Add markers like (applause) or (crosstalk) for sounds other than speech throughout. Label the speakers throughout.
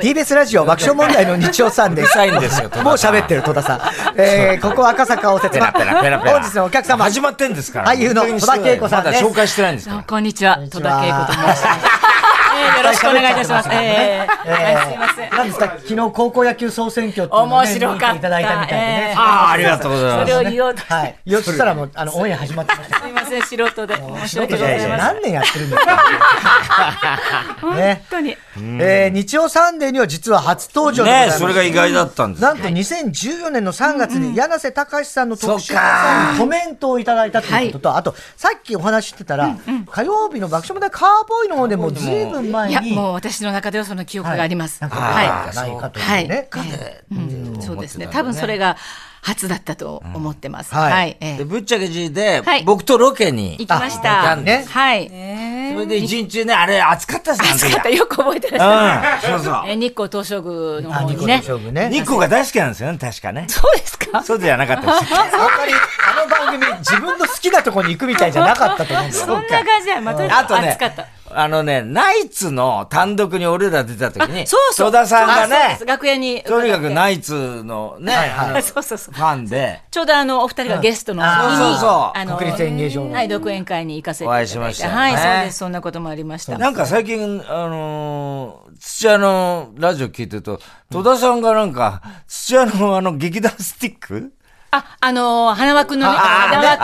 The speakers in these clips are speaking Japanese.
Speaker 1: TBS ラジオ爆笑問題の日曜さんで
Speaker 2: (laughs) うるさいんですよ戸田さん
Speaker 1: もう喋ってる戸田さん。えー、ここ赤坂を説
Speaker 2: ペ
Speaker 1: 明。
Speaker 2: ラペラペラペラ。
Speaker 1: 本日のお客様。
Speaker 2: 始まってんですから。
Speaker 1: 俳優の戸田恵子さんです
Speaker 2: まだ紹介してないんですか
Speaker 3: あ
Speaker 2: ら。
Speaker 3: こんにちは、戸田恵子と申します。えーよろしくお願いいたします。えーはいすいません。
Speaker 1: (laughs) 何ですか昨日高校野球総選挙っていうのをね
Speaker 3: 面白かった
Speaker 1: 見ていただいたみたいでね
Speaker 3: え。ー
Speaker 2: ああ、ありがとうございます。
Speaker 3: それを言おうと。
Speaker 1: はい。よそしたらもう、あの、オンエア始まってました。
Speaker 3: すいません、素人で。申し訳ござ
Speaker 2: いや
Speaker 3: い
Speaker 2: や
Speaker 3: ません。
Speaker 1: 何年やってるんですかね
Speaker 2: (laughs)
Speaker 3: 本。当に。
Speaker 1: えー、日曜サンデーには実は初登場でござい
Speaker 2: ね
Speaker 1: ま
Speaker 2: え、
Speaker 1: す
Speaker 2: それが意外だったんです。
Speaker 1: なんと2014年の3月に柳瀬隆さんの特集の際にコメントをいただいたということと、あとさっきお話ししてたら、火曜日の爆笑問題カーボーイの方でもずいぶん前
Speaker 3: い
Speaker 1: に
Speaker 3: や、もう私の中ではその記憶があります。
Speaker 1: なんか
Speaker 3: は
Speaker 1: 出たんじゃないかと
Speaker 3: い。
Speaker 1: い
Speaker 3: は
Speaker 1: う
Speaker 3: い。
Speaker 1: ね、
Speaker 3: えーうんそうですね。多分それが初だったと思ってます。
Speaker 1: うんはい
Speaker 3: はい。え
Speaker 2: で
Speaker 3: ー
Speaker 2: ぶっちゃけじで
Speaker 3: は、い
Speaker 2: 僕とロケに
Speaker 3: 行きまし
Speaker 2: あ行った
Speaker 3: た。
Speaker 2: んです
Speaker 3: はい。
Speaker 2: それで一日ね、あれ暑かったです
Speaker 3: 暑
Speaker 2: ね
Speaker 3: かった。よく覚えてらっしゃる。
Speaker 2: あの時。うん、そう
Speaker 3: えー日光東照宮の
Speaker 1: あ
Speaker 3: 方
Speaker 1: ニ
Speaker 3: に
Speaker 1: コ
Speaker 3: ね
Speaker 1: ニ。コね
Speaker 2: そう。日光が大好きなんですよね、確かね。
Speaker 3: そうですか
Speaker 2: そうじゃなかっ
Speaker 3: (laughs)
Speaker 2: たです。
Speaker 1: あんまりあの番組自分の好きなとこに行くみたいじゃなかったと思うんです
Speaker 3: そんな感じじゃない。まあ、とに
Speaker 2: あ
Speaker 3: かく
Speaker 2: とね
Speaker 3: 暑かった。、
Speaker 2: あのね、ナイツの単独に俺ら出た時に、
Speaker 3: そうそう。
Speaker 2: 戸田さんが
Speaker 3: あそうで
Speaker 2: ね
Speaker 3: す、楽屋に。
Speaker 2: とにかく
Speaker 3: い。
Speaker 2: ナイツのね、
Speaker 1: はいはい
Speaker 2: あのフ
Speaker 3: そうそうそう。
Speaker 2: ァ
Speaker 3: (laughs)
Speaker 2: ンで、
Speaker 3: ちょうどあの、お二人がゲストの日
Speaker 1: あ
Speaker 3: に、
Speaker 1: ー
Speaker 2: そうそうそう
Speaker 3: あの、
Speaker 1: 国立演芸場の
Speaker 3: はい、独演会に行かせていた
Speaker 2: お
Speaker 3: だ
Speaker 2: 会い
Speaker 3: いて。
Speaker 2: しましたよね
Speaker 3: はい、そうです。そんなこともありました。
Speaker 2: なんか最近、あのー土屋のラジオ聞いてると、戸田さんがなんか、土屋のあの劇団スティック
Speaker 3: あ、あのー、花輪くんのね、
Speaker 2: あ
Speaker 3: 花輪く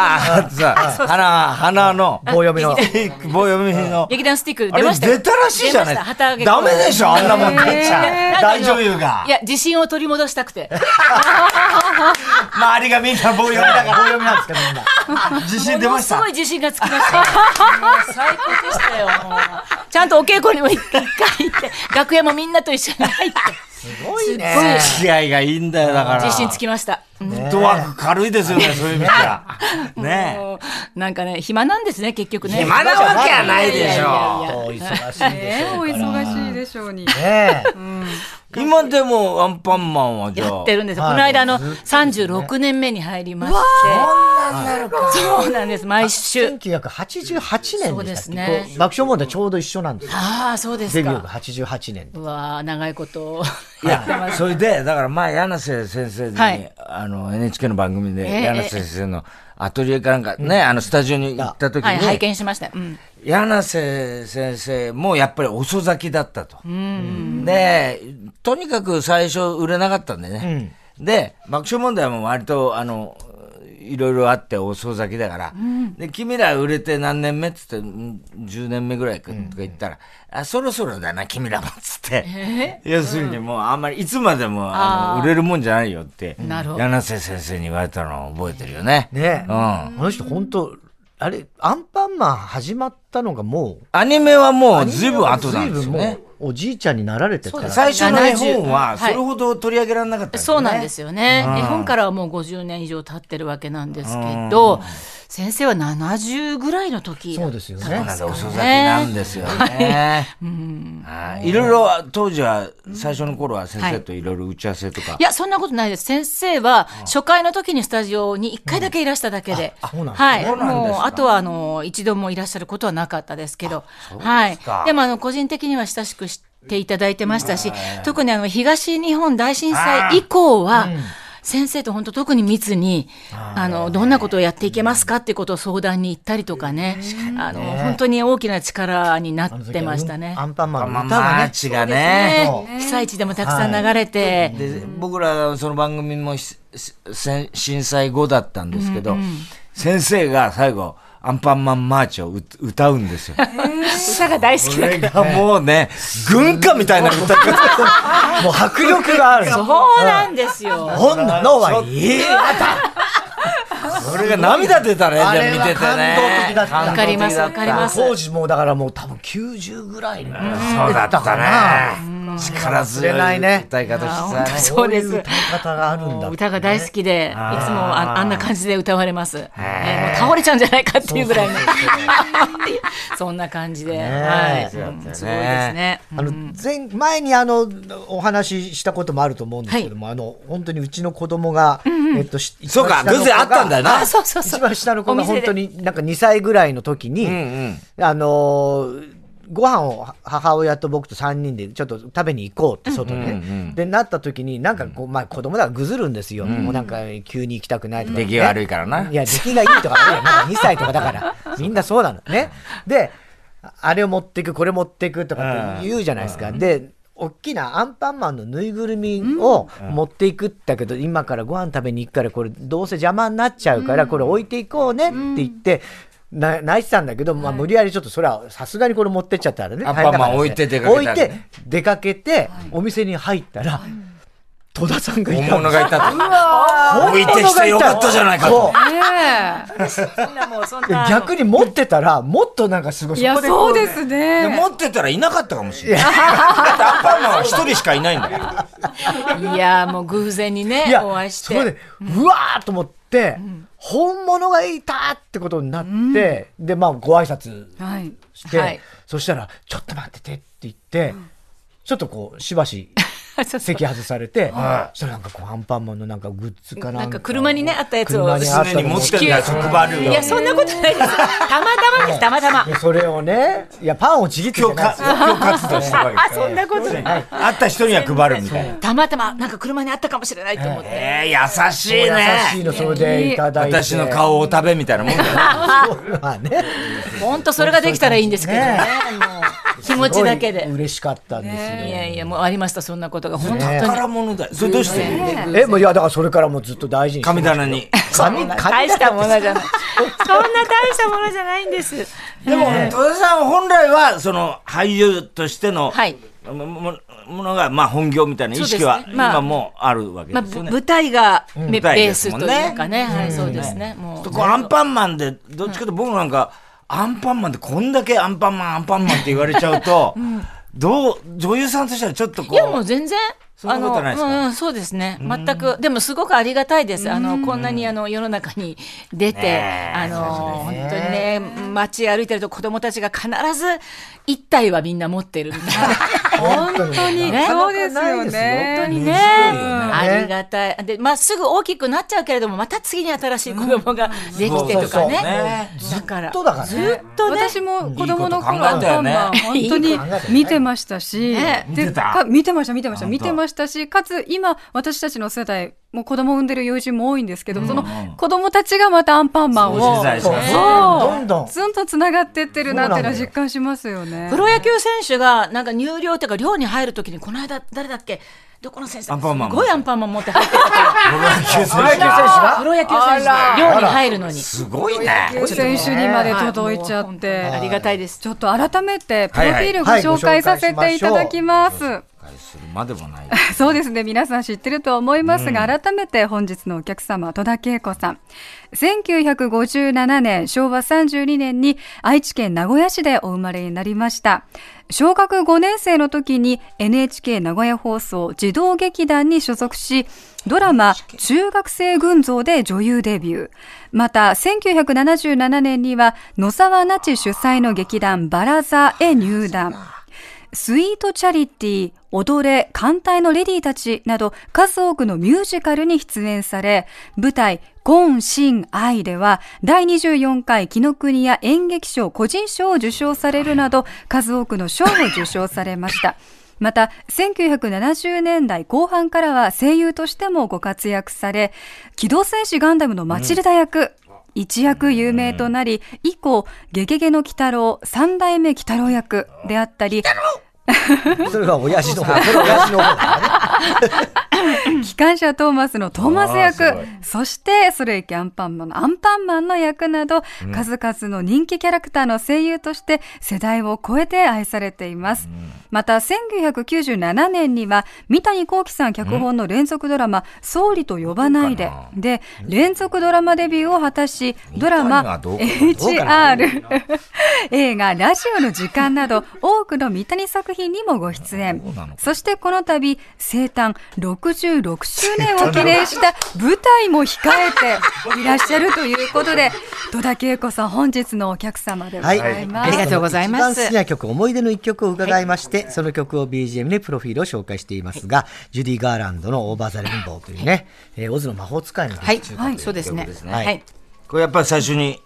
Speaker 3: んの
Speaker 2: あ、あさ、花、花の、
Speaker 1: 棒読みの
Speaker 2: スティック棒読みの、
Speaker 3: 劇団スティック
Speaker 2: あ
Speaker 3: 出
Speaker 2: れ
Speaker 3: ましたよ
Speaker 2: 出たらしいじゃない
Speaker 3: 出ました旗揚げ
Speaker 2: ダメでしょあんなもん出ちゃう。大女優が
Speaker 3: い。や、自信を取り戻したくて。
Speaker 2: 周りがみんな棒読み
Speaker 1: だ
Speaker 2: だ
Speaker 1: か
Speaker 2: か
Speaker 1: 棒読
Speaker 2: ら
Speaker 1: みなんですけどみんな
Speaker 2: ら、自信出まし
Speaker 3: もの
Speaker 2: た
Speaker 3: すごい。自信がつきました。もう最高でしたよ、もう。ちゃんとお稽古にも一回行って、楽屋もみんなと一緒に入って。すごいね。
Speaker 2: 気合がいいんだよ、だから。
Speaker 3: 自信つきました。うん
Speaker 2: フットワーク軽いですよね、そういう意味じゃ。ね
Speaker 3: もうなんかね、暇なんですね、結局ね。
Speaker 2: 暇なわけはないでしょ。
Speaker 1: お忙しいでし
Speaker 4: えー、お忙しいでしょうに。
Speaker 1: ょね
Speaker 2: 今でもアンパンマンはじゃあ。
Speaker 3: やってるんですよ。
Speaker 1: はい
Speaker 3: この間、あの、36年目に入りまして。そうなんです、毎週。
Speaker 1: 1988年でしたっけ、
Speaker 3: そうですね
Speaker 1: と爆笑問題ちょうど一緒なんですよ
Speaker 3: ああ、そうで
Speaker 1: デ
Speaker 3: す
Speaker 1: ビュー
Speaker 3: か
Speaker 1: が。88年
Speaker 3: うわあ、長いこと。
Speaker 2: いや、それで、だから前、柳瀬先生に、
Speaker 3: はい
Speaker 2: あの、NHK の番組で、
Speaker 3: ええ
Speaker 2: 柳瀬先生のアトリエかなんかね、あの、スタジオに行った時に、
Speaker 3: はい、拝見しました。うん。
Speaker 2: 柳瀬先生もやっぱり遅咲きだったと。で、とにかく最初売れなかったんでね。で、爆笑問題も割と、あの、いろいろあって遅咲きだから、で、君ら売れて何年目っつって、うん10年目ぐらいかとか言ったら、あ、そろそろだな、君らもっつって。 (laughs) 要するにもうあんまり、いつまでもあの売れるもんじゃないよって、
Speaker 3: なるほど
Speaker 2: 柳瀬先生に言われたのを覚えてるよね。
Speaker 1: ね
Speaker 2: うん。
Speaker 1: あの人本当あれ、アンパンマン始まったのがもう、
Speaker 2: アニメはもう随分後なんです
Speaker 1: 随
Speaker 2: よ
Speaker 1: 分。
Speaker 2: ね
Speaker 1: もうおじいちゃんになられてから。
Speaker 2: 最初の絵本は
Speaker 3: 70
Speaker 2: それほど取り上げられなかった
Speaker 3: そうなんですすよね。絵本からはもう50年以上経ってるわけなんですけど、先生は70ぐらいの時
Speaker 1: そうですよね
Speaker 2: よね。なので遅咲きなんですよね。はいいろいろ当時は最初の頃は先生といろいろ打ち合わせとか
Speaker 3: い。や、そんなことないです。先生は、初回の時にスタジオに1回だけいらしただけで。
Speaker 1: あそうなんですね
Speaker 3: はい。
Speaker 2: そうなんですか
Speaker 3: もう、あとは、あの、一度もいらっしゃることはなかったですけど。はい
Speaker 2: か。
Speaker 3: でも、あの、個人的には親しくしていただいてましたし、特にあの、東日本大震災以降は、先生と本当特に密に、あの、どんなことをやっていけますかっていうことを相談に行ったりとかね、あの、本当に大きな力にな
Speaker 1: あの
Speaker 3: っ
Speaker 1: 時は
Speaker 3: てましたね
Speaker 1: ア。ンパンマン
Speaker 2: まあ
Speaker 1: の歌が
Speaker 2: マ
Speaker 1: ね
Speaker 2: ー、チが
Speaker 3: ね
Speaker 2: ね。
Speaker 3: 被災地でもたくさん流れて、
Speaker 2: で僕らその番組もしし震災後だったんですけど、先生が最後アンパンマンマーチをう歌うんです (laughs) よ。
Speaker 3: 歌が大好き
Speaker 2: これがもうね、軍歌みたいな歌
Speaker 1: もう迫力がある。
Speaker 3: そうなんですよ。
Speaker 1: 女のはいい。
Speaker 2: それが涙出たね、
Speaker 1: あ
Speaker 2: で
Speaker 1: れ
Speaker 2: 見
Speaker 1: は
Speaker 2: ててね。
Speaker 1: 感動的だった
Speaker 2: 感動
Speaker 3: わ
Speaker 2: 的
Speaker 3: かりますわかります
Speaker 1: 当時もうだからもう多分90ぐらいになって
Speaker 2: そうだった
Speaker 1: かな。
Speaker 2: ね。力強い
Speaker 1: 忘れないね
Speaker 2: 歌い方してたね。
Speaker 3: そうです
Speaker 1: こい歌い方があるんだ。
Speaker 3: 歌が大好きで、いつもああんな感じで歌われます。ねもう倒れちゃうんじゃないかっていうぐらいの。 (laughs) そんな感じで。はい。うんすごいですね。
Speaker 1: あの前前にあのお話ししたこともあると思うんですけども、あの本当にうちの子供が、えっとし一
Speaker 2: そう
Speaker 1: 番下
Speaker 2: か、
Speaker 1: の子が
Speaker 2: 偶然あったんだよな
Speaker 3: あ、。そうそうそ
Speaker 1: 一
Speaker 3: う。
Speaker 1: 番下の子が
Speaker 3: お店
Speaker 1: 本
Speaker 3: で
Speaker 1: 当になんか2歳ぐらいの時に、
Speaker 2: うんうん。
Speaker 1: あのーご飯を母親と僕と3人でちょっと食べに行こうって外
Speaker 2: うんうんう
Speaker 1: ね
Speaker 2: ん。
Speaker 1: で、なった時に、なんかこう、まあ子供だからぐずるんですよ。もうなんか急に行きたくないとか。。
Speaker 2: 出来が悪いからない
Speaker 1: や、出来がいいとかね、まだ2歳とかだから、みんなそうなのね。で、ああれを持ってく、これ持ってくとかって言うじゃないですか。で、大きなアンパンマンのぬいぐるみを持っていくんだけど、今からご飯食べに行くから、これどうせ邪魔になっちゃうから、これ置いていこうねって言って、な泣いてたんだけど、まあ、無理やりちょっとそれはさすがにこれ持ってっちゃったらね
Speaker 2: アンパンマ
Speaker 1: 大
Speaker 2: ン
Speaker 1: 変だから
Speaker 2: 置いて出かけたん
Speaker 1: ね置
Speaker 2: だね
Speaker 1: いて出かけてお店に入ったら、戸田さんがいた
Speaker 2: 本
Speaker 1: んです
Speaker 2: 物がいたと。置いてきてよかったじゃないか
Speaker 1: そう
Speaker 2: と。
Speaker 1: で逆に持ってたら、もっとなんかすごい、
Speaker 4: いや、
Speaker 1: こでこ
Speaker 4: そう
Speaker 1: ね
Speaker 4: ですね。
Speaker 2: で持ってたらいなかったかもしれない。だってアンパンマンは一人しかいないんだ (laughs) から。
Speaker 3: いやーもう偶然にね
Speaker 1: いや、
Speaker 3: お会いし
Speaker 1: そこ
Speaker 3: て
Speaker 1: で、うわーと思って、本物がいたってことになって、で、まあ、ご挨拶
Speaker 4: はい。
Speaker 1: して、 (laughs)
Speaker 3: はい
Speaker 1: そしたら、ちょっと待っててって言って、ちょっとこう、しばし、
Speaker 3: そうそう
Speaker 1: 席外されて、そしたらなんかこう、アンパンマンのなんかグッズかなんか。
Speaker 3: なんか車にねあったやつを
Speaker 1: 車にあった
Speaker 2: 常に持ってんだよ、職場ある
Speaker 3: い
Speaker 2: よ。
Speaker 3: やそんなことないですたまたまですたまたま
Speaker 1: でそれをね、いや、パンをちぎってじ
Speaker 2: 今
Speaker 1: ゃ
Speaker 2: 日
Speaker 1: ないで
Speaker 2: か
Speaker 1: すよ
Speaker 2: 今日活動してるわけで
Speaker 3: あ
Speaker 2: す
Speaker 3: そんなことない
Speaker 2: あった人には配るみたいな。
Speaker 3: たまたまなんか車にあったかもしれないと思って
Speaker 2: えー、優しい
Speaker 1: 優しい
Speaker 2: ね。
Speaker 1: の、それでいただいて。
Speaker 2: 私の顔を食べみたいなもんだ
Speaker 1: (laughs)
Speaker 2: よ。
Speaker 1: まあね。
Speaker 3: 本当それができたらいいんですけどねもう気持ちだけ
Speaker 1: す
Speaker 3: で
Speaker 1: ごい嬉しかったんですよ。
Speaker 3: いやいやもうありましたそんなことが本当に
Speaker 2: 宝物だよ。それどうして
Speaker 1: え、もういや、だからそれからもうずっと大事にして
Speaker 2: 神棚に。
Speaker 1: 神、神
Speaker 3: 大したものじゃない (laughs) そんな大したものじゃないんです
Speaker 2: でも、戸田さん本来は、その、俳優としての、
Speaker 3: はい
Speaker 2: ももものが、まあ、本業みたいな意識は、
Speaker 3: そうですねまあ
Speaker 2: 今もうあるわけ
Speaker 3: (laughs) まあ、
Speaker 2: です
Speaker 3: ぶ
Speaker 2: よね。
Speaker 3: 舞台がめ
Speaker 2: 舞
Speaker 3: ベ
Speaker 2: 台
Speaker 3: ー
Speaker 2: です
Speaker 3: ス
Speaker 2: もん
Speaker 3: と
Speaker 2: ね
Speaker 3: いうかね、はい、そうですね、もう。
Speaker 2: こうアンパンマンで、どっちかというと僕なんか、アンパンマンでこんだけアンパンマン、アンパンマンって言われちゃう
Speaker 3: (laughs)
Speaker 2: と、どう、女優さんとしてはちょっとこ
Speaker 3: いや、もう
Speaker 2: う、
Speaker 3: 全然。
Speaker 2: そんなことはないですか
Speaker 3: あのうんうん、そうですね。全く、でもすごくありがたいです。あの、こんなにあの、世の中に出て、
Speaker 2: ねえ
Speaker 3: あの、本当にね、街歩いてると子供たちが必ず、一体はみんな持ってるみたいな。
Speaker 1: 本当に
Speaker 2: (laughs)
Speaker 3: ね
Speaker 4: そうです
Speaker 1: ね
Speaker 4: よね。
Speaker 3: 本当にね、ありがたい。で、まあ、すぐ大きくなっちゃうけれども、また次に新しい子供ができてとか
Speaker 2: そうそうそうね
Speaker 3: ね。だから、
Speaker 1: ずっとだからね
Speaker 3: ずっとね。
Speaker 4: 私も子供の
Speaker 2: いい
Speaker 4: 頃
Speaker 2: こと考
Speaker 4: ア
Speaker 2: え
Speaker 4: ン
Speaker 2: たよ
Speaker 4: パン
Speaker 2: ね
Speaker 4: マン本当
Speaker 1: いい
Speaker 4: に
Speaker 1: こと考えたよね
Speaker 4: 見てましたし、
Speaker 3: ね
Speaker 2: 見て
Speaker 4: で
Speaker 2: た
Speaker 4: か見てました見てました
Speaker 2: 本当
Speaker 4: 見てましたし、かつ今私たちの世代もう子供産んでる友人も多いんですけど、その子供たちがまたアンパンマンを
Speaker 2: そう時代です
Speaker 1: そう
Speaker 2: ね
Speaker 1: どんどん。
Speaker 4: ずんと繋がってってるなっていうの
Speaker 1: そうな
Speaker 4: は
Speaker 1: んだよ
Speaker 4: 実感しますよね
Speaker 3: プ。ロ野球選手がなんか入寮っていうか寮に入るときにこの間誰だっけどこの先生
Speaker 2: アンパンマン
Speaker 3: すごいアンパンマン持って入ってたか
Speaker 2: プロ野球選手
Speaker 1: プロ
Speaker 3: らプロ野
Speaker 1: 野球選手が
Speaker 3: 球選手が寮に入るのに
Speaker 2: すごいね。
Speaker 4: 選手にまで届いちゃっ
Speaker 3: はい
Speaker 4: て。
Speaker 3: ありがたいです
Speaker 4: ちょっと改めて、プロフィールご
Speaker 1: はいはい
Speaker 4: 紹介させていただきます。
Speaker 2: するまでもない。
Speaker 4: (laughs) そうですね。皆さん知ってるとは思いますが、改めて本日のお客様、戸田恵子さん。1957年、昭和32年に愛知県名古屋市でお生まれになりました。小学5年生の時に NHK 名古屋放送児童劇団に所属し、ドラマ「中学生群像」で女優デビューまた1977年には野沢那智主催の劇団バラザへ入団スイートチャリティー、踊れ、艦隊のレディーたちなど数多くのミュージカルに出演され、舞台、ゴン・シン・アイでは、第24回紀ノ国屋演劇賞個人賞を受賞されるなど、数多くの賞を受賞されました。また、1970年代後半からは声優としてもご活躍され、機動戦士ガンダムのマチルダ役、一躍有名となり、以降、ゲゲゲの鬼太郎、三代目鬼太郎役であったり、
Speaker 1: それが親父の方。それは親父の方だね。
Speaker 4: 機関車トーマスのトーマス
Speaker 2: あーす
Speaker 4: 役
Speaker 2: ごい、
Speaker 4: そして、それいけアンパンマンのアンパンマンの役など、数々の人気キャラクターの声優として世代を超えて愛されています。また、1997年には、三谷幸喜さん脚本の連続ドラマ、総理と呼ばないで、で、連続ドラマデビューを果たし、ドラ
Speaker 2: 三谷は
Speaker 4: マ、
Speaker 2: どう
Speaker 4: HR、映 (laughs) 画、ラジオの時間など、多くの三谷作品にもご出演
Speaker 2: そうなの。か
Speaker 4: そしてこの度、生誕66周年を記念した舞台も控えて (laughs) いらっしゃるということで、戸田恵子さん、本日のお客様でございます。
Speaker 3: ありがとうございます
Speaker 1: 一番好きな曲、思い出の一曲を伺いまして、その曲を BGM でプロフィールを紹介していますが、ジュディ・ガーランドのオーバー・ザ・レインボーというね、えーオズの魔法使いの
Speaker 3: は
Speaker 1: 曲
Speaker 3: い、はい、そうですね
Speaker 2: ということですね
Speaker 3: はい
Speaker 2: これやっぱり最初に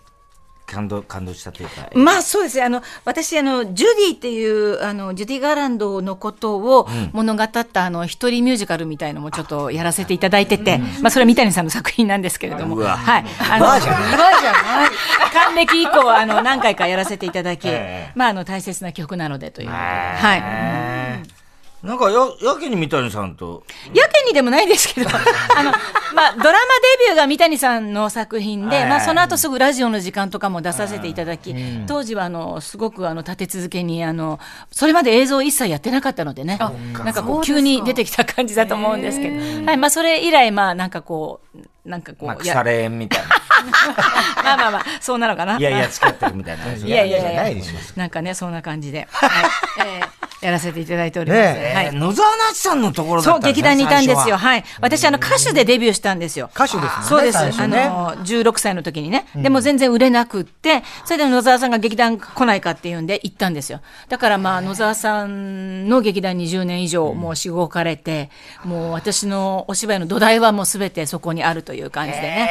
Speaker 2: 感動、感動したというか。
Speaker 3: まあそうですね。あの、私、あの、ジュディっていう、あの、ジュディ・ガーランドのことを物語った、あの、一人ミュージカルみたいのもちょっとやらせていただいてて、まあそれは三谷さんの作品なんですけれども、
Speaker 2: うわ
Speaker 3: はい。あの、還暦以降、あの、何回かやらせていただき、
Speaker 2: え
Speaker 3: まああの、大切な曲なのでという。はい。
Speaker 2: はい。なんかや、やけに三谷さんと、
Speaker 3: やけにでもないですけど、あの、まあ、ドラマデビューが三谷さんの作品で、まあ、その後すぐラジオの時間とかも出させていただき、当時は、あの、すごく、あの、立て続けに、あの、それまで映像一切やってなかったのでね、なんかこう、急に出てきた感じだと思うんですけど、はい、まあ、それ以来、まあ、なんかこう、なんかこ
Speaker 2: まあ、
Speaker 3: う、
Speaker 2: 腐
Speaker 3: や
Speaker 2: れ縁みたい
Speaker 3: まあまあまあ、そうなのかな。
Speaker 2: な。いやい
Speaker 3: (laughs)
Speaker 2: や、つけてるみたいな。い
Speaker 3: いやいやいや
Speaker 1: じゃないでしょ
Speaker 3: なんかね、そんな感じで、はいえーやらせていただいております。
Speaker 1: ね
Speaker 3: は
Speaker 2: えー
Speaker 3: い
Speaker 2: 野沢那智さんのところだ
Speaker 3: そ
Speaker 2: った
Speaker 3: う、
Speaker 2: んです
Speaker 3: 劇
Speaker 2: ね
Speaker 3: 団にいたんですよ。。
Speaker 2: 最初は
Speaker 3: はい。私、あの、歌手でデビューしたんですよ。
Speaker 1: 歌手です
Speaker 3: そう
Speaker 1: も
Speaker 3: んで
Speaker 1: ね。
Speaker 3: す。
Speaker 1: 最
Speaker 3: あ
Speaker 1: 初ね。
Speaker 3: の、16歳の時にね。でも全然売れなくって、それで野沢さんが劇団来ないかっていうんで行ったんですよ。だからまあ、野沢さんの劇団に10年以上、もうしごかれて、もう私のお芝居の土台はもうすべてそこにあるという感じでね。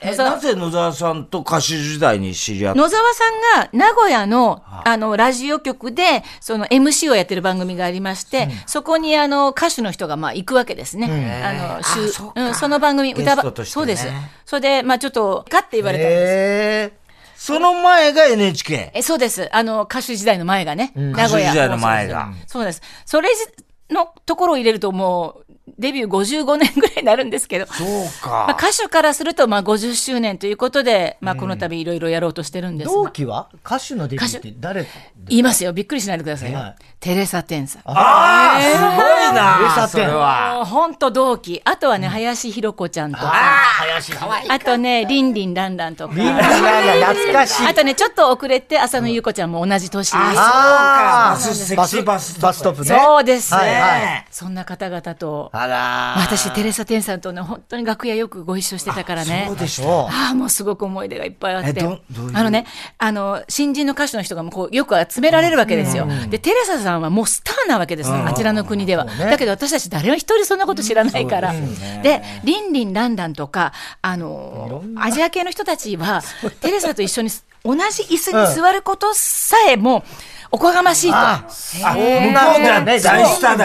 Speaker 2: え
Speaker 3: 野沢
Speaker 2: なぜ野沢さんと歌手時代に知り合った
Speaker 3: 野沢さんが名古屋の、あの、ラジオ局で、その MC をやってる番組がありまして、そこにあの、歌手の人がまあ行くわけですね。あの、しゅ
Speaker 2: そっ
Speaker 3: うん、その番組、
Speaker 2: ゲス
Speaker 3: 歌ば
Speaker 2: トとしてね
Speaker 3: そうです。それで、まあちょっと、かって言われたんです。
Speaker 1: え
Speaker 2: その前が NHK。
Speaker 3: えそうです。あの、歌手時代の前がね。名
Speaker 2: 歌
Speaker 3: 古
Speaker 2: 手
Speaker 3: 屋。
Speaker 2: 時代の前が
Speaker 3: そうです。そうですそれのところを入れるともう、デビュー55年ぐらいになるんですけど。
Speaker 2: そう
Speaker 3: まあ、
Speaker 2: か。
Speaker 3: 歌手からすると、まあ、50周年ということで、まあ、この度いろいろやろうとしてるん
Speaker 1: ー
Speaker 3: です
Speaker 1: 同
Speaker 3: が。
Speaker 1: 期は歌手のデビューって誰テ
Speaker 3: 言いますよ。びっくりしないでくださいよ。
Speaker 1: はい
Speaker 3: テレサ・テンさん。
Speaker 2: ああ、すごい
Speaker 1: レサ
Speaker 2: な。
Speaker 1: 店
Speaker 2: それは。
Speaker 3: もう本当同期。あとはね、林博子ちゃんとか。
Speaker 1: 林かわい
Speaker 3: あとね、リンリンランランとか。
Speaker 1: みんなが懐かしい。
Speaker 3: あとね、ちょっと遅れて、浅野ゆう子ちゃんも同じ年です。
Speaker 1: あ
Speaker 2: バスセクシーバス
Speaker 1: バストップね。
Speaker 3: そうですね。
Speaker 1: はいはい
Speaker 3: そんな方々と、
Speaker 1: あらー。
Speaker 3: 私、テレサ・テンさんとね、本当に楽屋よくご一緒してたからね。
Speaker 2: そうでしょ。
Speaker 1: そ
Speaker 3: ああ、もうすごく思い出がいっぱいあっ
Speaker 2: え
Speaker 3: て
Speaker 2: どどうい。う
Speaker 3: あのね、あの、新人の歌手の人がもうこうよく集められるわけですよ。で、テレサさんはもうスターなわけですよ、あちらの国では。
Speaker 1: うね
Speaker 3: だけど私たち誰も一人そんなこと知らないから。で、リンリンランランとか、あの、アジア系の人たちは、テレサと一緒に同じ椅子に座ることさえも、おこがましいと。
Speaker 2: あ、向こうではね、大スターだ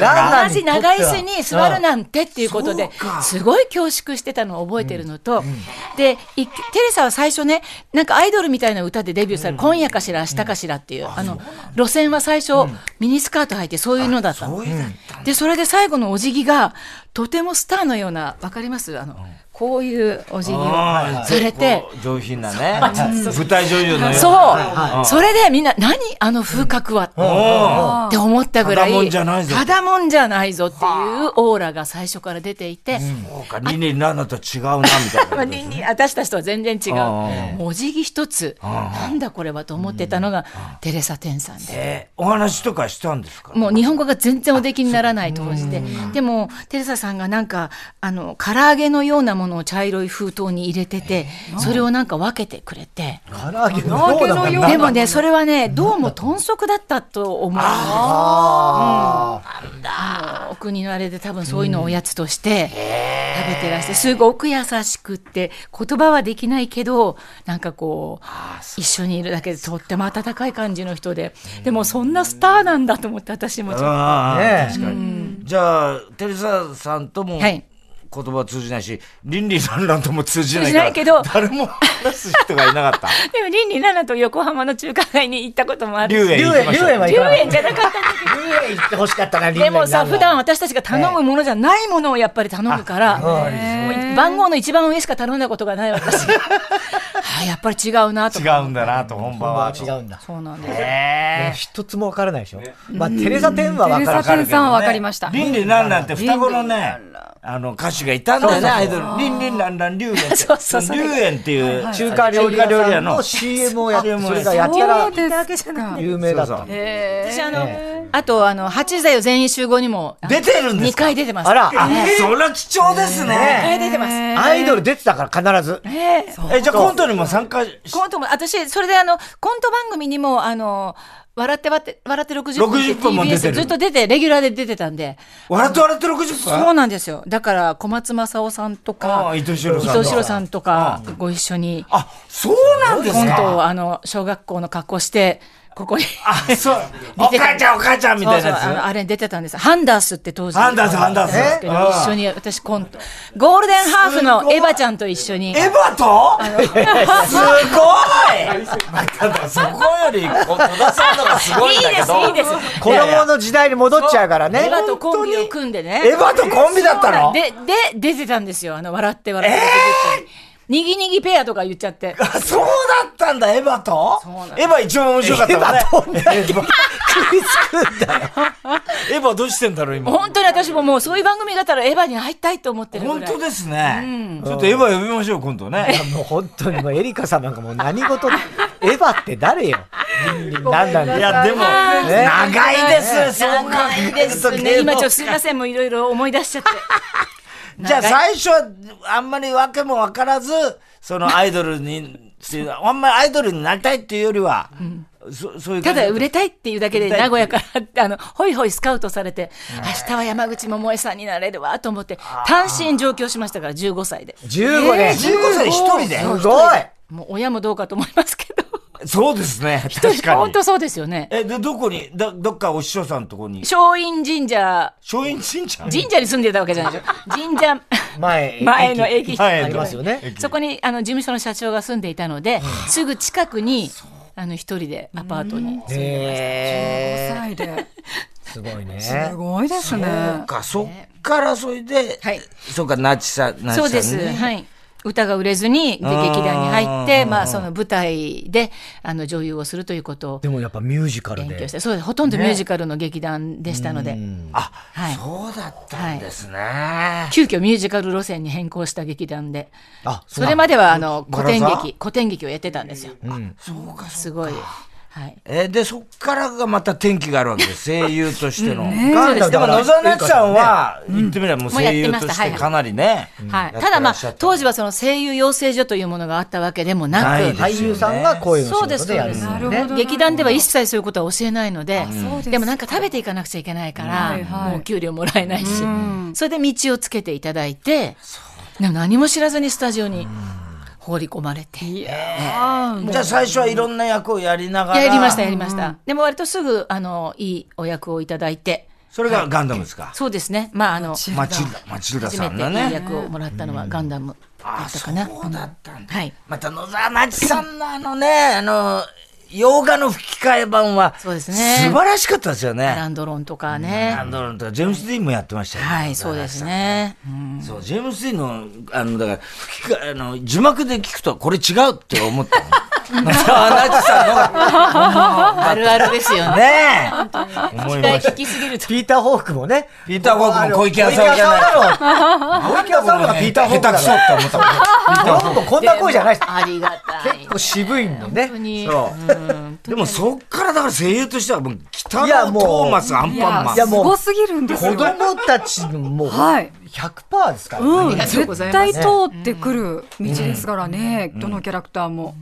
Speaker 1: そう
Speaker 2: から。
Speaker 3: 同じ長い椅子に座るなんてっていうことで、すごい恐縮してたのを覚えてるのと、で、いテレサは最初ね、なんかアイドルみたいな歌でデビューされる、今夜かしら、明日かしらっていう、あの、路線は最初、ミニスカート履いてそういうのだったの。で、それで最後のお辞儀が、とてもスターのような、わかりますあの、こういうお辞儀を
Speaker 2: あ
Speaker 3: さ
Speaker 2: ー
Speaker 3: れて
Speaker 2: こ、う上品なね。舞台女優のような。
Speaker 3: そう、それでみんな、何あの風格は、って思ったぐらい、
Speaker 2: ただもんじゃないぞ
Speaker 3: ただもんじゃないぞっていうオーラが最初から出ていて、
Speaker 2: そうか、リリン・ランナと違うな、みた
Speaker 3: (laughs)
Speaker 2: いな。
Speaker 3: にに私たちとは全然違
Speaker 2: う
Speaker 3: う。もうお辞儀一つ、なんだこれはと思ってたのが、テレサ・テンさんで。
Speaker 2: えーお話とかしたんですか
Speaker 3: もう日本語が全然おできにならない当時で。でも、テレサさんがなんか、あの、唐揚げのようなものを茶色い封筒に入れてて、それをなんか分けてくれて。
Speaker 1: う。唐揚げのようだもんな
Speaker 3: でもね、それはね、どうも豚足だったと思うんです
Speaker 1: あ
Speaker 3: あのお国のあれで多分そういうのをおやつとして食べてらしてすごく優しくって言葉はできないけどなんかこう一緒にいるだけでとっても温かい感じの人ででもそんなスターなんだと思って私もちょっと
Speaker 2: ああ、
Speaker 1: ねえ
Speaker 2: 確かに。じゃあ、テレサさんとも
Speaker 3: はい
Speaker 2: 言葉は通じないし、リンリン・ランランとも通じないから。
Speaker 3: 通じないけど
Speaker 2: 誰も話す人がいなかった。
Speaker 3: (laughs) でもリンリンナナと横浜の中華街に行ったこともあ
Speaker 2: リ
Speaker 3: る
Speaker 2: ュウ
Speaker 1: ー。
Speaker 2: エイ
Speaker 1: 龍
Speaker 2: 行き
Speaker 1: 園、
Speaker 2: ま
Speaker 1: 龍
Speaker 2: しょ
Speaker 1: 園
Speaker 2: う
Speaker 1: は
Speaker 3: 10
Speaker 1: 行かなかっ
Speaker 3: 円じゃなかったんだけど
Speaker 1: た。龍園行ってほしかったな、
Speaker 3: でもさ普段
Speaker 1: は。
Speaker 3: 私たちが頼むものじゃないものをやっぱり頼むから、もう番号の一番上しか頼んだことがない私 (laughs) はいやっぱり違うなと
Speaker 2: 違うんだなと、本
Speaker 1: ま
Speaker 2: 番
Speaker 1: あ
Speaker 2: は。
Speaker 1: 違うんだ。
Speaker 3: そうなんです
Speaker 2: え
Speaker 1: もう一つも分からないでしょ。まあ、テレサ・テンは
Speaker 4: テ
Speaker 1: 分
Speaker 4: レ
Speaker 1: か
Speaker 4: サ・
Speaker 1: る。
Speaker 4: テンさんはわかりました。
Speaker 2: リンリン・ランランって双子のね、あの歌手がいたんだよね、アイドル。リンリン・ランラン、リュウエンって。
Speaker 3: そうそうそれ
Speaker 2: リュウエンっていう
Speaker 1: 中華料理屋さんの CM をやって、
Speaker 2: CM
Speaker 1: それがやった
Speaker 4: そう
Speaker 1: ら
Speaker 4: ですか。
Speaker 1: 有名だった。
Speaker 3: 私あの、あとあの8時だよ全員集合にもあの
Speaker 2: 出てるんです
Speaker 3: 二
Speaker 2: か
Speaker 3: 回出てます
Speaker 1: あら、
Speaker 2: あ、それは貴重です
Speaker 3: 二
Speaker 2: ね。
Speaker 3: 回出てます、え
Speaker 1: アイドル出てたから必ず。
Speaker 3: え
Speaker 2: え、じゃあコントにも参加し
Speaker 3: コントも私それであのコント番組にもあの笑って笑って、笑って60分って
Speaker 2: 60分も出て
Speaker 3: TBS
Speaker 2: る
Speaker 3: ずっと出て、レギュラーで出てたんで。
Speaker 2: 笑って笑って60分
Speaker 3: そうなんですよ。だから、小松政夫さんと
Speaker 2: あ
Speaker 3: か、
Speaker 2: あ伊藤四郎さん
Speaker 3: 伊
Speaker 2: と
Speaker 3: 藤四郎さんとか、ご一緒に、
Speaker 2: あ、そうなんです
Speaker 3: 本
Speaker 2: か
Speaker 3: 当、あの、小学校の格好して、ここに。
Speaker 2: あ、そう。お
Speaker 3: 見てた
Speaker 2: 母ちゃんお母ちゃんみたいなやつ。
Speaker 3: そうそうあのあれに出てたんです。ハンダースって当時。
Speaker 2: ハンダースハンダース
Speaker 3: ですけど
Speaker 2: えうん
Speaker 3: 一緒に、私コント。ゴールデンハーフのエヴァちゃんと一緒に。
Speaker 2: エヴァとすごいまただ、そこより、こ
Speaker 3: (laughs)
Speaker 2: 戸田さんのがすごいんだけど。
Speaker 3: いいです、いいです。
Speaker 1: 子供の時代に戻っちゃうから
Speaker 3: エ
Speaker 1: ね
Speaker 3: ヴ。ァとコンビを組んでね。
Speaker 2: エヴァとコンビだったの
Speaker 3: で、で、出てたんですよ。あの、笑って笑って。にぎにぎペアとか言っちゃって。
Speaker 2: あそうだったんだ、エヴァと
Speaker 3: うなんだ
Speaker 2: エヴァ一番面白かったもんね。 (laughs) エヴァ
Speaker 1: 食いつくんだよ。
Speaker 2: エヴァどうしてんだろ
Speaker 3: (laughs)
Speaker 2: う、今。
Speaker 3: 本当に私ももうそういう番組があったらエヴァに入りたいと思ってるぐ
Speaker 2: 本
Speaker 3: らい。
Speaker 2: 当ですね。ちょっとエヴァ呼びましょう、今
Speaker 3: (laughs)
Speaker 2: 度ね。
Speaker 1: (laughs) もう本当にもうエリカさんなんかもう何事もエヴァって誰よ。なんだろう
Speaker 2: いや、でも、
Speaker 1: ね
Speaker 2: 長いです、そう考
Speaker 3: 長
Speaker 2: え
Speaker 3: い
Speaker 2: ると
Speaker 3: ですね。今ちょっとすいません、もういろいろ思い出しちゃって。
Speaker 2: じゃあ最初はあんまり訳も分からず、そのアイドルに、っていうあんまりアイドルになりたいっていうよりは、そそういう
Speaker 3: た
Speaker 2: 感じ
Speaker 3: だ売れたいっていうだけで
Speaker 2: 売れたい
Speaker 3: 名古屋からあのホイホイスカウトされて明日は山口百恵さんになれるわと思って単身上京しましたから15歳で
Speaker 1: 15年。
Speaker 2: 15歳一人です
Speaker 1: ごい。
Speaker 3: もう親もどうかと思いますけど
Speaker 2: そうですね、確か
Speaker 3: 本
Speaker 2: に。
Speaker 3: 当そうですよね
Speaker 2: え、で、どこに、ど、どっかお師匠さんのとこに、
Speaker 3: 松陰神社
Speaker 2: 松陰神社
Speaker 3: 神社に住んでたわけじゃないでしょ神
Speaker 2: (laughs)
Speaker 3: 社
Speaker 1: 前
Speaker 3: 前の駅
Speaker 1: あ
Speaker 2: 前
Speaker 1: り
Speaker 2: の
Speaker 1: ますよね。
Speaker 3: そこにあの事務所の社長が住んでいたのですぐ近くにあの一人でアパートに
Speaker 1: へ
Speaker 4: 5歳です
Speaker 1: ごいね。
Speaker 4: すごいですね
Speaker 2: そっか、そっからそれで、
Speaker 3: はい
Speaker 2: そっか、ナチさん、ナチさんね
Speaker 3: そうです、はい。歌が売れずに、で、
Speaker 2: あー
Speaker 3: 劇団に入って、まあ、その舞台で、あの、女優をするということを
Speaker 1: でもやっぱミュージカル
Speaker 3: 勉強
Speaker 1: で
Speaker 3: し。て、そうです。ほとんどミュージカルの劇団でしたので、
Speaker 2: あ、
Speaker 3: はい
Speaker 2: そうだったんですね。
Speaker 3: 急遽ミュージカル路線に変更した劇団で、
Speaker 1: あ、
Speaker 3: それまでは、あの、
Speaker 2: ガ
Speaker 3: 古
Speaker 2: ラス
Speaker 3: 典
Speaker 2: は
Speaker 3: 劇、古典劇をやってたんですよ。
Speaker 2: そうか、そう
Speaker 3: すごい。はい。
Speaker 2: えで、そっからがまた転機があるわけ
Speaker 3: (laughs)
Speaker 2: です。声優としての。
Speaker 1: ガンダム
Speaker 2: で
Speaker 1: だか
Speaker 2: も
Speaker 1: ら
Speaker 2: 野沢那智さんは、言ってみればもう
Speaker 3: もうやっ
Speaker 2: 声
Speaker 3: て
Speaker 2: 優
Speaker 3: まし
Speaker 2: と
Speaker 3: た
Speaker 2: してかなりね。
Speaker 3: はい。
Speaker 2: やって
Speaker 3: ただま
Speaker 2: らっしゃ
Speaker 3: あ
Speaker 2: っ、
Speaker 3: 当時はその声優養成所というものがあったわけでもな
Speaker 2: ない
Speaker 3: く、
Speaker 2: です
Speaker 1: 俳優さんが声の仕
Speaker 3: そうで
Speaker 1: 事
Speaker 3: す、そ
Speaker 1: で
Speaker 3: う
Speaker 1: や
Speaker 3: で
Speaker 1: る
Speaker 3: す。
Speaker 1: の
Speaker 4: るほど
Speaker 1: ね。
Speaker 4: な
Speaker 3: 劇団では一切そういうことは教えないので、
Speaker 4: そうですか
Speaker 3: でもなんか食べていかなくちゃいけないから、
Speaker 4: はいはい
Speaker 3: もうお給料もらえないし、それで道をつけていただいて、でも何も知らずにスタジオに放り込まれて。
Speaker 4: あ
Speaker 2: じゃあ最初はいろんな役をやりながら。
Speaker 3: やりました、やりました。でも割とすぐ、あの、いいお役をいただいて、
Speaker 2: それがガンダムですか。
Speaker 3: そうですね、まあ、あの、
Speaker 2: マチルダ、マチルダ
Speaker 3: 初
Speaker 2: さ
Speaker 3: め
Speaker 2: ん
Speaker 3: て
Speaker 2: だ
Speaker 3: いい
Speaker 2: ね。
Speaker 3: 役をもらったのはガンダムだったかな。
Speaker 2: そうだったんだ。
Speaker 3: はい。
Speaker 2: また野沢那智さんのあのね、あの、洋画の吹き替え版は、
Speaker 3: そうですね
Speaker 2: 素晴らしかったですよね。
Speaker 3: ランドロンとかね。
Speaker 2: ランドロンとか、ジェームス・ディーンもやってましたよね。
Speaker 3: はい、そうですね。うん
Speaker 2: そう、ジェームス・ディーンの、あの、だから、吹き替え、あの、字幕で聞くと、これ違うって思った
Speaker 3: (laughs)
Speaker 2: の。また、アナチさんの
Speaker 3: あるあるですよ
Speaker 2: が、
Speaker 3: ね。
Speaker 2: ね (laughs) え、思
Speaker 3: 期待
Speaker 2: いまし
Speaker 3: 聞
Speaker 2: た。
Speaker 3: きすぎると。
Speaker 1: ピーター・ホークもね。
Speaker 2: ピーターホークも小池浅尾じゃない
Speaker 1: ろ小池浅尾がピーター・ホーク
Speaker 2: 下手
Speaker 1: だ
Speaker 2: くそって思ったもんね。
Speaker 1: (laughs) どんどんこんな声じゃないです。
Speaker 3: ありがたい。
Speaker 1: 結構渋いの
Speaker 3: 本当
Speaker 1: ね。
Speaker 3: に。
Speaker 2: そう。でも、そっから、だから声優としては、もう、北
Speaker 1: いや
Speaker 2: 野
Speaker 1: もう
Speaker 2: トーマス、アン
Speaker 4: い
Speaker 2: パンマ
Speaker 4: や
Speaker 2: ン。
Speaker 1: いや
Speaker 4: す
Speaker 1: もう
Speaker 4: ごすぎるんです
Speaker 1: 子
Speaker 4: よ
Speaker 1: 供たちのもう
Speaker 4: はい
Speaker 1: 100%ですからね。
Speaker 4: うん、
Speaker 3: がとうご
Speaker 4: 絶
Speaker 3: ざいま
Speaker 4: 対
Speaker 3: す
Speaker 4: 通ってくる道ですからね、どのキャラクターも、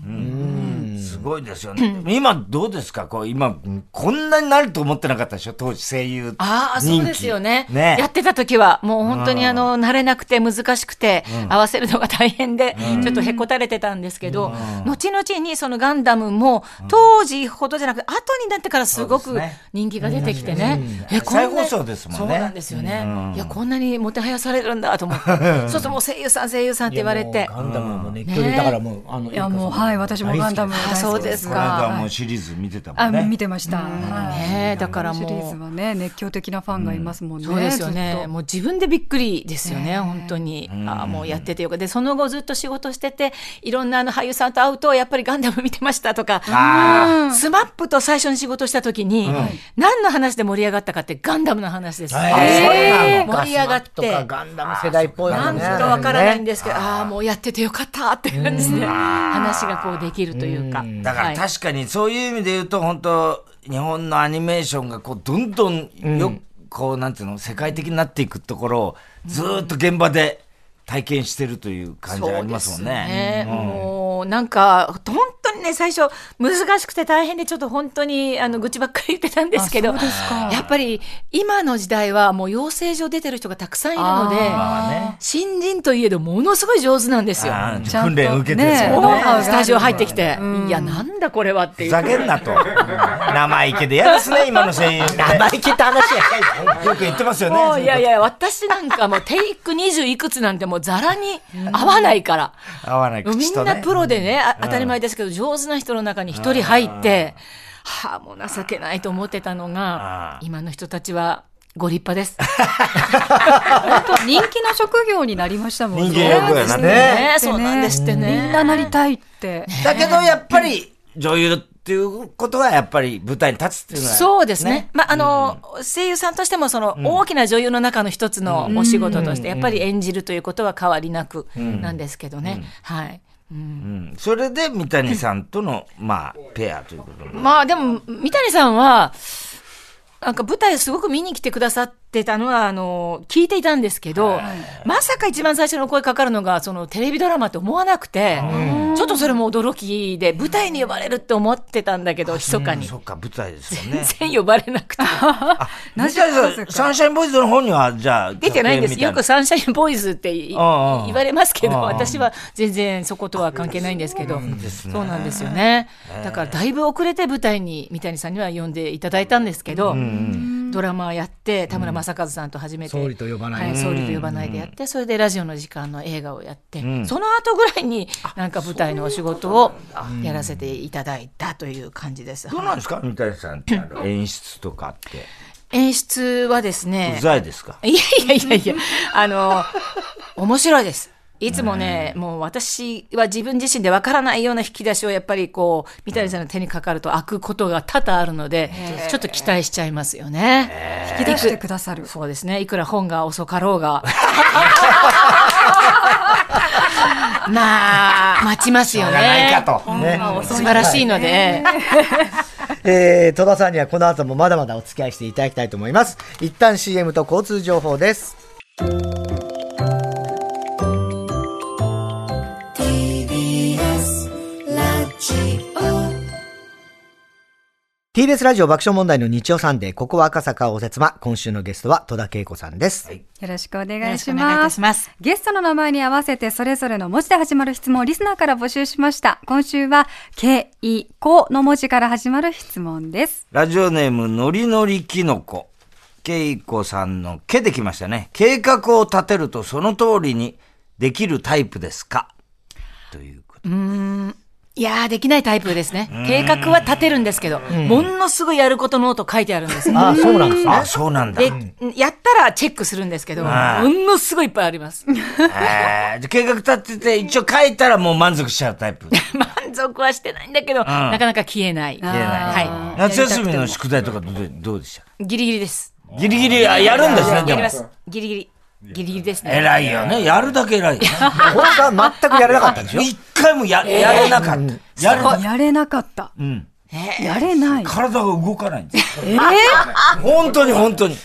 Speaker 2: すごいですよね。今、どうですかこう、今、こんなになると思ってなかったでしょ当時、声優人気。
Speaker 3: ああ、そうですよね
Speaker 2: ね
Speaker 3: やってた時は、もう本当にあの、慣れなくて難しくて、合わせるのが大変で、ちょっとへこたれてたんですけど、後々にそのガンダムも、当時ほどじゃなくて、後になってからすご
Speaker 2: そう
Speaker 3: く
Speaker 2: ですね
Speaker 3: 人気が出てきてね。えこんな
Speaker 2: 再放送ですもんね
Speaker 3: そうなんですよね。いや、こんなにもてはやされるんだと思
Speaker 2: (laughs)
Speaker 3: って。そうするともう声優さん、声優さんって言われて
Speaker 1: いや。もうガンダムも熱狂
Speaker 3: ね
Speaker 1: 的
Speaker 3: え
Speaker 1: だからもう、あの、
Speaker 4: いやもうはい私もガンダム大好き
Speaker 3: あそうです
Speaker 2: この
Speaker 3: か
Speaker 2: 間もうシリーズ見てたも
Speaker 4: あ
Speaker 2: んね。
Speaker 4: 見てました、はい
Speaker 3: ねえだから
Speaker 4: シリ
Speaker 3: も
Speaker 4: ー
Speaker 3: う
Speaker 4: ズ。はね熱狂的なファンがいますもんね、
Speaker 3: そうですよ
Speaker 4: ずっ
Speaker 3: ね。
Speaker 4: と
Speaker 3: もう自分でびっくりですよね、本当に。ああもうやっててよかった。で、その後ずっと仕事してて、いろんなあの俳優さんと会うと、やっぱりガンダム見てましたとか、
Speaker 2: あ
Speaker 3: スマップと最初に仕事した時に、何の話で盛り上がったかってガンダムの話です。
Speaker 1: え
Speaker 3: 盛り上がっ
Speaker 1: とか
Speaker 3: て、
Speaker 1: ガンダム世代っぽい
Speaker 3: な
Speaker 1: の
Speaker 3: ん
Speaker 1: ね。
Speaker 3: とかわからないん
Speaker 1: で。
Speaker 3: ですけど、ああ、もうやっててよかったっていう感じで、話がこうできるというか。
Speaker 2: だから
Speaker 3: はい
Speaker 2: 確かにそういう意味で言うと、本当日本のアニメーションがこう、どんどんよ、こう、なんていうの、世界的になっていくところを、ずーっと現場で体験してるという感じあります
Speaker 3: そうです
Speaker 2: もんね。
Speaker 3: ねもうなんか本当当にね、最初、難しくて大変で、ちょっと本当に、あの、愚痴ばっかり言ってたんですけど、
Speaker 4: あそうですか
Speaker 3: やっぱり、今の時代はもう養成所出てる人がたくさんいるので、
Speaker 2: まあね。
Speaker 3: 新人といえど、ものすごい上手なんですよ。
Speaker 2: あ
Speaker 4: ちゃ
Speaker 2: ー訓
Speaker 4: んと
Speaker 2: 練受けてるんですよ
Speaker 4: ね
Speaker 2: ね。
Speaker 4: ノウハウがある
Speaker 3: スタジオ入ってきて、いや、なんだこれはってい
Speaker 2: ふ
Speaker 3: う。
Speaker 2: ざけんなと。生意気で
Speaker 3: (laughs)
Speaker 2: 嫌ですね、今の声優って。
Speaker 1: 生意気って話や。
Speaker 2: よく言ってますよ
Speaker 3: もう
Speaker 2: ね。
Speaker 3: いやいや、私なんかもうテイク20いくつなんてもうざらに合わないから。
Speaker 2: 合わない
Speaker 3: み
Speaker 2: 口
Speaker 3: ん
Speaker 2: とね。
Speaker 3: なプロでね、あ当たり前ですけど、上手な人の中に一人入って、はあ、もう情けないと思ってたの
Speaker 2: あ
Speaker 3: が、今の人たちはご立派 (laughs) です。
Speaker 4: 人気の職業になりましたもん
Speaker 2: 人気の
Speaker 4: ね
Speaker 2: 職。業になって
Speaker 1: ね
Speaker 3: ねそうなんですってね。
Speaker 4: みんななりたいって。
Speaker 2: だけど、やっぱり、女優っていうことは、やっぱり舞台に立つっていうのは。
Speaker 3: そうですね。。まあ、あの、声優さんとしても、その、大きな女優の中の一つのお仕事として、やっぱり演じるということは変わりなくなんですけどね。はい。
Speaker 2: うんそれで、三谷さんとの、まあ、ペアということで。
Speaker 3: まあ、でも、三谷さんは、なんか舞台すごく見に来てくださってたのは、あの、聞いていたんですけど、まさか一番最初の声かかるのが、そのテレビドラマって思わなくて、ちょっとそれも驚きで、舞台に呼ばれるって思ってたんだけど、密かに。
Speaker 2: そっか、舞台です
Speaker 3: (laughs)
Speaker 2: よね。
Speaker 3: 全然呼ばれなく
Speaker 2: (laughs)
Speaker 3: て。
Speaker 2: 三谷さん、サンシャインボーイズの方には、じゃあ、
Speaker 3: 出てないんです。よく
Speaker 2: そ
Speaker 3: サンシャインボーイズってい言
Speaker 2: ああ
Speaker 3: われますけど、
Speaker 2: ああ
Speaker 3: 私は全然そことは関係ないんですけど、
Speaker 2: ね
Speaker 3: そうなんですよね。だからだいぶ遅れて舞台に三谷さんには呼んでいただいたんですけど、ドラマやって田村正和さんと初めて、
Speaker 1: 総理と呼ばない
Speaker 3: はい総理と呼ばないでやって、それでラジオの時間の映画をやって、その後ぐらいになんか舞台のお仕事をやらせていただいたという感じです。
Speaker 2: うなんですか三谷さんって、あ
Speaker 3: (laughs)
Speaker 2: の演出とかって。
Speaker 3: 演出はですね、
Speaker 2: うざいですか
Speaker 3: (laughs) いやいやいやいや、あの、面白いです。いつもね、もう私は自分自身でわからないような引き出しをやっぱりこう、三谷さんの手にかかると開くことが多々あるので、ちょっと期待しちゃいますよね。
Speaker 4: 引き出してくださる。
Speaker 3: そうですね。いくら本が遅かろう
Speaker 2: (laughs)
Speaker 3: が。まあ、待ちますよ
Speaker 2: やらない
Speaker 3: ね。
Speaker 2: かと。
Speaker 1: ね
Speaker 3: 素晴らしいので。
Speaker 1: えー、戸田さんにはこの後もまだまだお付き合いしていただきたいと思います。一旦 CM と交通情報です。TBS ラジオ爆笑問題の日曜サンデー、ここは赤坂応接間。今週のゲストは戸田恵子さんです。
Speaker 4: よろしくお願いし
Speaker 3: よろしくお願いい
Speaker 4: ま
Speaker 3: た
Speaker 4: す
Speaker 3: します
Speaker 4: ゲストの名前に合わせてそれぞれの文字で始まる質問をリスナーから募集しました今週は「けいこ」の文字から始まる質問です
Speaker 2: ラジオネーム、のりのりきのこ。けいこさんの、けできましたね。計画を立てるとその通りにできるタイプですかということ。
Speaker 3: いやー、できないタイプですね。計画は立てるんですけど、ものすごいやることノート書いてあるんですよ。
Speaker 1: あ、そうなんですね。
Speaker 2: あ、そうなんだ。
Speaker 3: で
Speaker 2: えー、
Speaker 3: やったらチェックするんですけど、ものすごいいっぱいあります。 (laughs)
Speaker 2: じゃあ計画立てて、一応書いたらもう満足しちゃうタイプ。
Speaker 3: 満足はしてないんだけど、なかなか消えない。
Speaker 2: 言えない
Speaker 3: はい
Speaker 2: 夏休みの宿題とかどうどうでした
Speaker 3: ギリギリです。
Speaker 2: ギリギリ、あ、やるんですね、で
Speaker 3: やり
Speaker 2: も
Speaker 3: ま。す。ギリギリ。ギリギリですね。
Speaker 2: 偉いよね。やるだけ偉いよね。
Speaker 3: (laughs)
Speaker 1: 本当は全くやれなかったんでしょ
Speaker 2: 一回もや、やれなかった。やる
Speaker 4: やれなかった、やれない
Speaker 2: 体が動かないんです。え本当に本当に。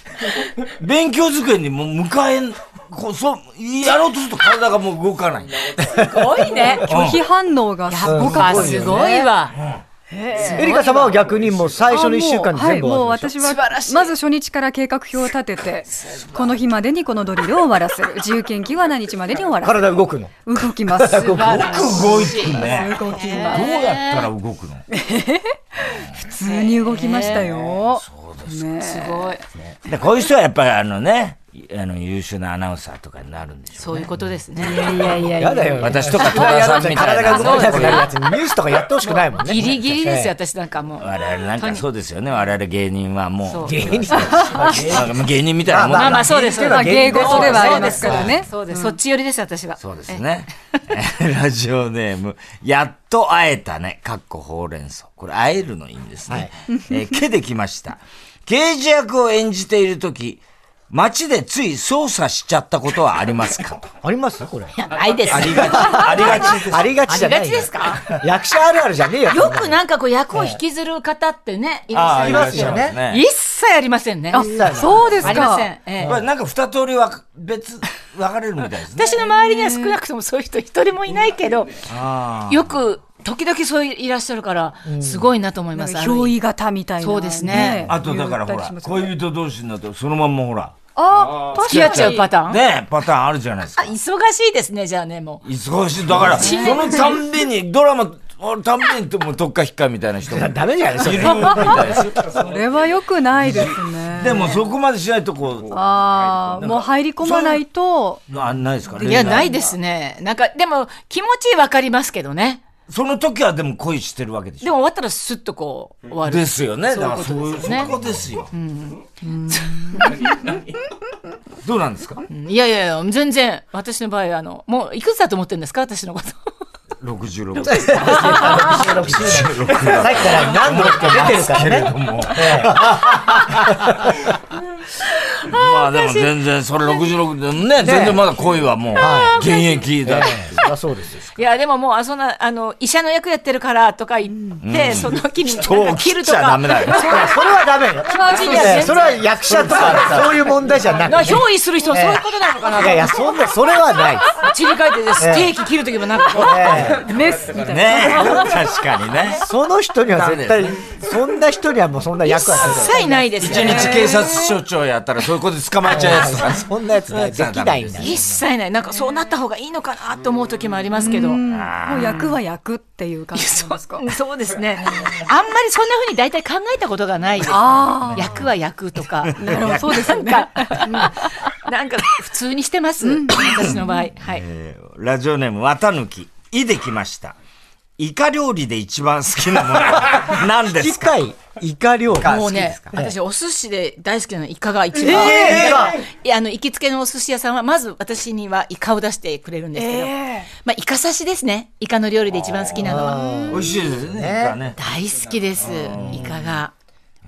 Speaker 2: 勉強机にもう迎えん、こう、そう、やろうとすると体がもう動かない。
Speaker 3: すごいね。
Speaker 4: (laughs) 拒否反応がすごか
Speaker 3: あ、
Speaker 4: った
Speaker 3: すごいわ。
Speaker 1: エリカ様は逆にもう最初の一週間に全部
Speaker 4: あもう
Speaker 1: 終わ
Speaker 4: はい、もう
Speaker 1: るでし
Speaker 4: 私はまず初日から計画表を立ててこの日までにこのドリルを終わらせる自由研究は何日までに終わ
Speaker 1: ょ
Speaker 4: らせる
Speaker 1: 体動くの。
Speaker 4: 動きます動き
Speaker 2: よく動いてるね。どう
Speaker 4: ます
Speaker 2: やったら動くの
Speaker 4: 普通に動きましたよ、ね
Speaker 3: すごい。
Speaker 2: でこういう人はやっぱりあのね、あの優秀なアナウンサーとかになるんでしょ
Speaker 3: そういうことですね。
Speaker 4: いやいやい
Speaker 1: や
Speaker 4: や
Speaker 1: だよ。
Speaker 2: 私とか戸田さんみたい
Speaker 1: 体
Speaker 2: な
Speaker 1: が動かなくなるやつにニュースとかやってほしくないもんね。
Speaker 3: ギリギリですよ、私なんかもう。
Speaker 2: 我々なんかそうですよね。我々芸人はも
Speaker 3: そうう。
Speaker 1: 芸人
Speaker 2: なんか芸人みたいなもん
Speaker 3: まあま
Speaker 2: だ
Speaker 3: あ、そうです。
Speaker 1: まあ芸
Speaker 4: 事ではありますからね
Speaker 3: そうです。そっち寄りです、私は。
Speaker 2: そうですね。 (laughs) ラジオネーム、やっと会えたね。かっこほうれん草。これ、会えるのいいんですね。
Speaker 1: はい
Speaker 2: えーけできました。刑事役を演じているとき、街でつい捜査しちゃったことはありますか
Speaker 1: ありますこれ。
Speaker 3: ないです。
Speaker 2: ありがち、ありがちです。
Speaker 1: ありがちじゃないよ
Speaker 3: ありがちですか
Speaker 1: 役者あるあるじゃねえよ。
Speaker 3: よくなんかこう役を引きずる方ってね、い
Speaker 2: あ
Speaker 3: ら
Speaker 2: ー
Speaker 3: っ
Speaker 1: い
Speaker 3: しゃいま
Speaker 1: ますよね
Speaker 2: いらっしゃいますね
Speaker 3: 一切ありませんね。あ
Speaker 1: 切ない
Speaker 4: そうですか
Speaker 3: りません。ええ
Speaker 2: やっぱりなんか二通りは別、分かれるみたいですね。
Speaker 3: 私の周りには少なくともそういう人一人もいないけど、よく時々そういらっしゃるから、すごいなと思います。ある意味
Speaker 4: 憑依型みたいな。
Speaker 3: そうですね
Speaker 2: あとだからほ
Speaker 4: 言った
Speaker 2: ら
Speaker 4: りしますよね
Speaker 2: 恋人同士になってそのまんまほら
Speaker 4: あ、
Speaker 3: 付き合っちゃうパターン、
Speaker 2: ねパターンあるじゃないです
Speaker 3: あ
Speaker 2: か
Speaker 3: 忙しいですね、じゃあね、もう。
Speaker 2: 忙しいだからそのたんびにドラマあたんびにもうどっか引っかみたいな人もいる
Speaker 1: ダメじゃないです
Speaker 2: み
Speaker 1: か。
Speaker 2: たいですよ
Speaker 4: それは良くないですね。
Speaker 2: でもそこまでしないとこう
Speaker 4: ああ、もう入り込まないと、
Speaker 2: あないですか
Speaker 3: いや、ないですすね。なんか、でも、気持ちわかりますけどね。
Speaker 2: その時はでも恋してるわけでし
Speaker 3: で
Speaker 2: ょ
Speaker 3: も終わったらスッとこう、終わる。
Speaker 2: ですよねだからそ
Speaker 3: そう
Speaker 2: うい
Speaker 3: いううこと
Speaker 2: そ
Speaker 3: ですよね
Speaker 2: こですよどうなんですか
Speaker 3: うんいやいやいや、全然、私の場合は、あの、もう、いくつだと思ってるんですか私のこと。
Speaker 2: 66
Speaker 1: さっきから何度か出てるから
Speaker 2: けれ
Speaker 1: ね。
Speaker 2: ども。まあでも全然、それ66でもね、全然まだ恋はもう、現役だ。
Speaker 1: そりゃそうですよ。
Speaker 3: いや、でももう、あ、そんな、あの、医者の役やってるから、とか言って、その気に、
Speaker 2: 人
Speaker 3: な
Speaker 2: を
Speaker 3: んか切
Speaker 2: 切っ
Speaker 3: る
Speaker 2: ち
Speaker 3: と
Speaker 2: ゃダ
Speaker 3: か。
Speaker 2: メだよ。
Speaker 3: (laughs)
Speaker 1: それはダメよ。
Speaker 3: ちには全然
Speaker 1: それは役者とか、そういう問題じゃな
Speaker 3: な
Speaker 1: くて。
Speaker 3: 憑依する人はそういうことなのかな、
Speaker 1: いやいや、そんな、それはないです。
Speaker 3: ちり替えてです、ステーキ切るときもなんかこう、
Speaker 1: ええ
Speaker 4: メスみたいな。
Speaker 2: ね確かにね。
Speaker 1: その人には絶対、そんな人にはもうそんな役は
Speaker 3: 一切ないです
Speaker 2: 一
Speaker 3: よね。
Speaker 2: 日警察署長やったらそういうことで捕まえちゃうやつとか
Speaker 1: ない。。 (laughs) そんなやつねできないんだよ。
Speaker 3: 一切ない。なんかそうなった方がいいのかなと思うときもありますけど。
Speaker 4: もう役は役っていう感じなんですか。
Speaker 3: そうですね。あんまりそんな風に大体考えたことがないです。
Speaker 4: あ
Speaker 3: 役は役とか。
Speaker 4: あ、なるほど、そうですよね。
Speaker 3: なんか普通にしてます。私の場合。はい。
Speaker 2: えー (laughs) ラジオネーム、綿抜き。いできました。イカ料理で一番好きなものは何で
Speaker 1: 機
Speaker 2: すか
Speaker 1: 械、イカ料理。
Speaker 3: もうね、私お寿司で大好きなのイカが一番。
Speaker 1: えーイカ
Speaker 3: いやあの行きつけのお寿司屋さんはまず私にはイカを出してくれるんですけど、まあイカ刺しですね。イカの料理で一番好きなのは
Speaker 2: (laughs) 美味しいですね、イカね。
Speaker 3: 大好きです。イカが。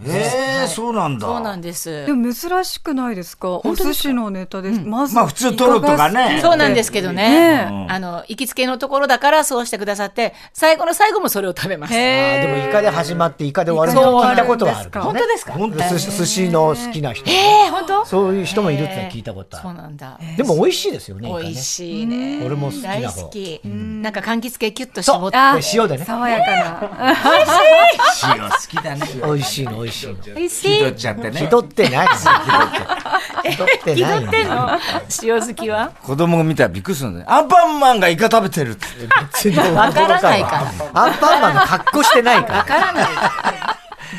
Speaker 2: えー、そうなんだ。
Speaker 3: そうなんです
Speaker 4: で。も珍しくないですか。お寿司のネタです。まず。
Speaker 2: まあ普通トロとかね
Speaker 3: そうなんですすけどね。あの行きつけのところだからそうしてくださって、最後の最後もそれを食べます。
Speaker 1: あーでもイカで始まってイカで終わる
Speaker 4: イカ
Speaker 1: の
Speaker 4: で終
Speaker 1: 聞
Speaker 4: わ
Speaker 1: い
Speaker 4: る
Speaker 1: たことはあるけど
Speaker 3: 本
Speaker 1: ね
Speaker 3: 当ですか。
Speaker 2: 本当
Speaker 1: 寿司寿司の好きな人
Speaker 3: えー、本当。
Speaker 1: そういう人もいるってのは聞いたこと
Speaker 3: そう
Speaker 1: あ
Speaker 3: なんだ。
Speaker 1: るでも美味しいですよねイカ
Speaker 3: 美
Speaker 1: ね
Speaker 3: 味しいね。
Speaker 1: 俺も好きな方
Speaker 3: 大好き。なんか柑橘系キュッと絞って。
Speaker 4: あ
Speaker 1: で塩でね
Speaker 4: 爽やかな。
Speaker 2: 塩好きだね。
Speaker 1: 美味しいの美味しいの
Speaker 3: 美味し
Speaker 2: (laughs) 気
Speaker 3: い
Speaker 2: 取っ。ちゃってね
Speaker 1: 気。取って
Speaker 3: (laughs)
Speaker 1: ない気取ってない
Speaker 3: 気取ってんの塩好きは。
Speaker 2: 子供が見たらびっくりするんだね。アンパンマンがイカ食べてるって。
Speaker 1: 別に驚
Speaker 3: わからないから
Speaker 1: アンパンマンの格好してないから
Speaker 3: わからない。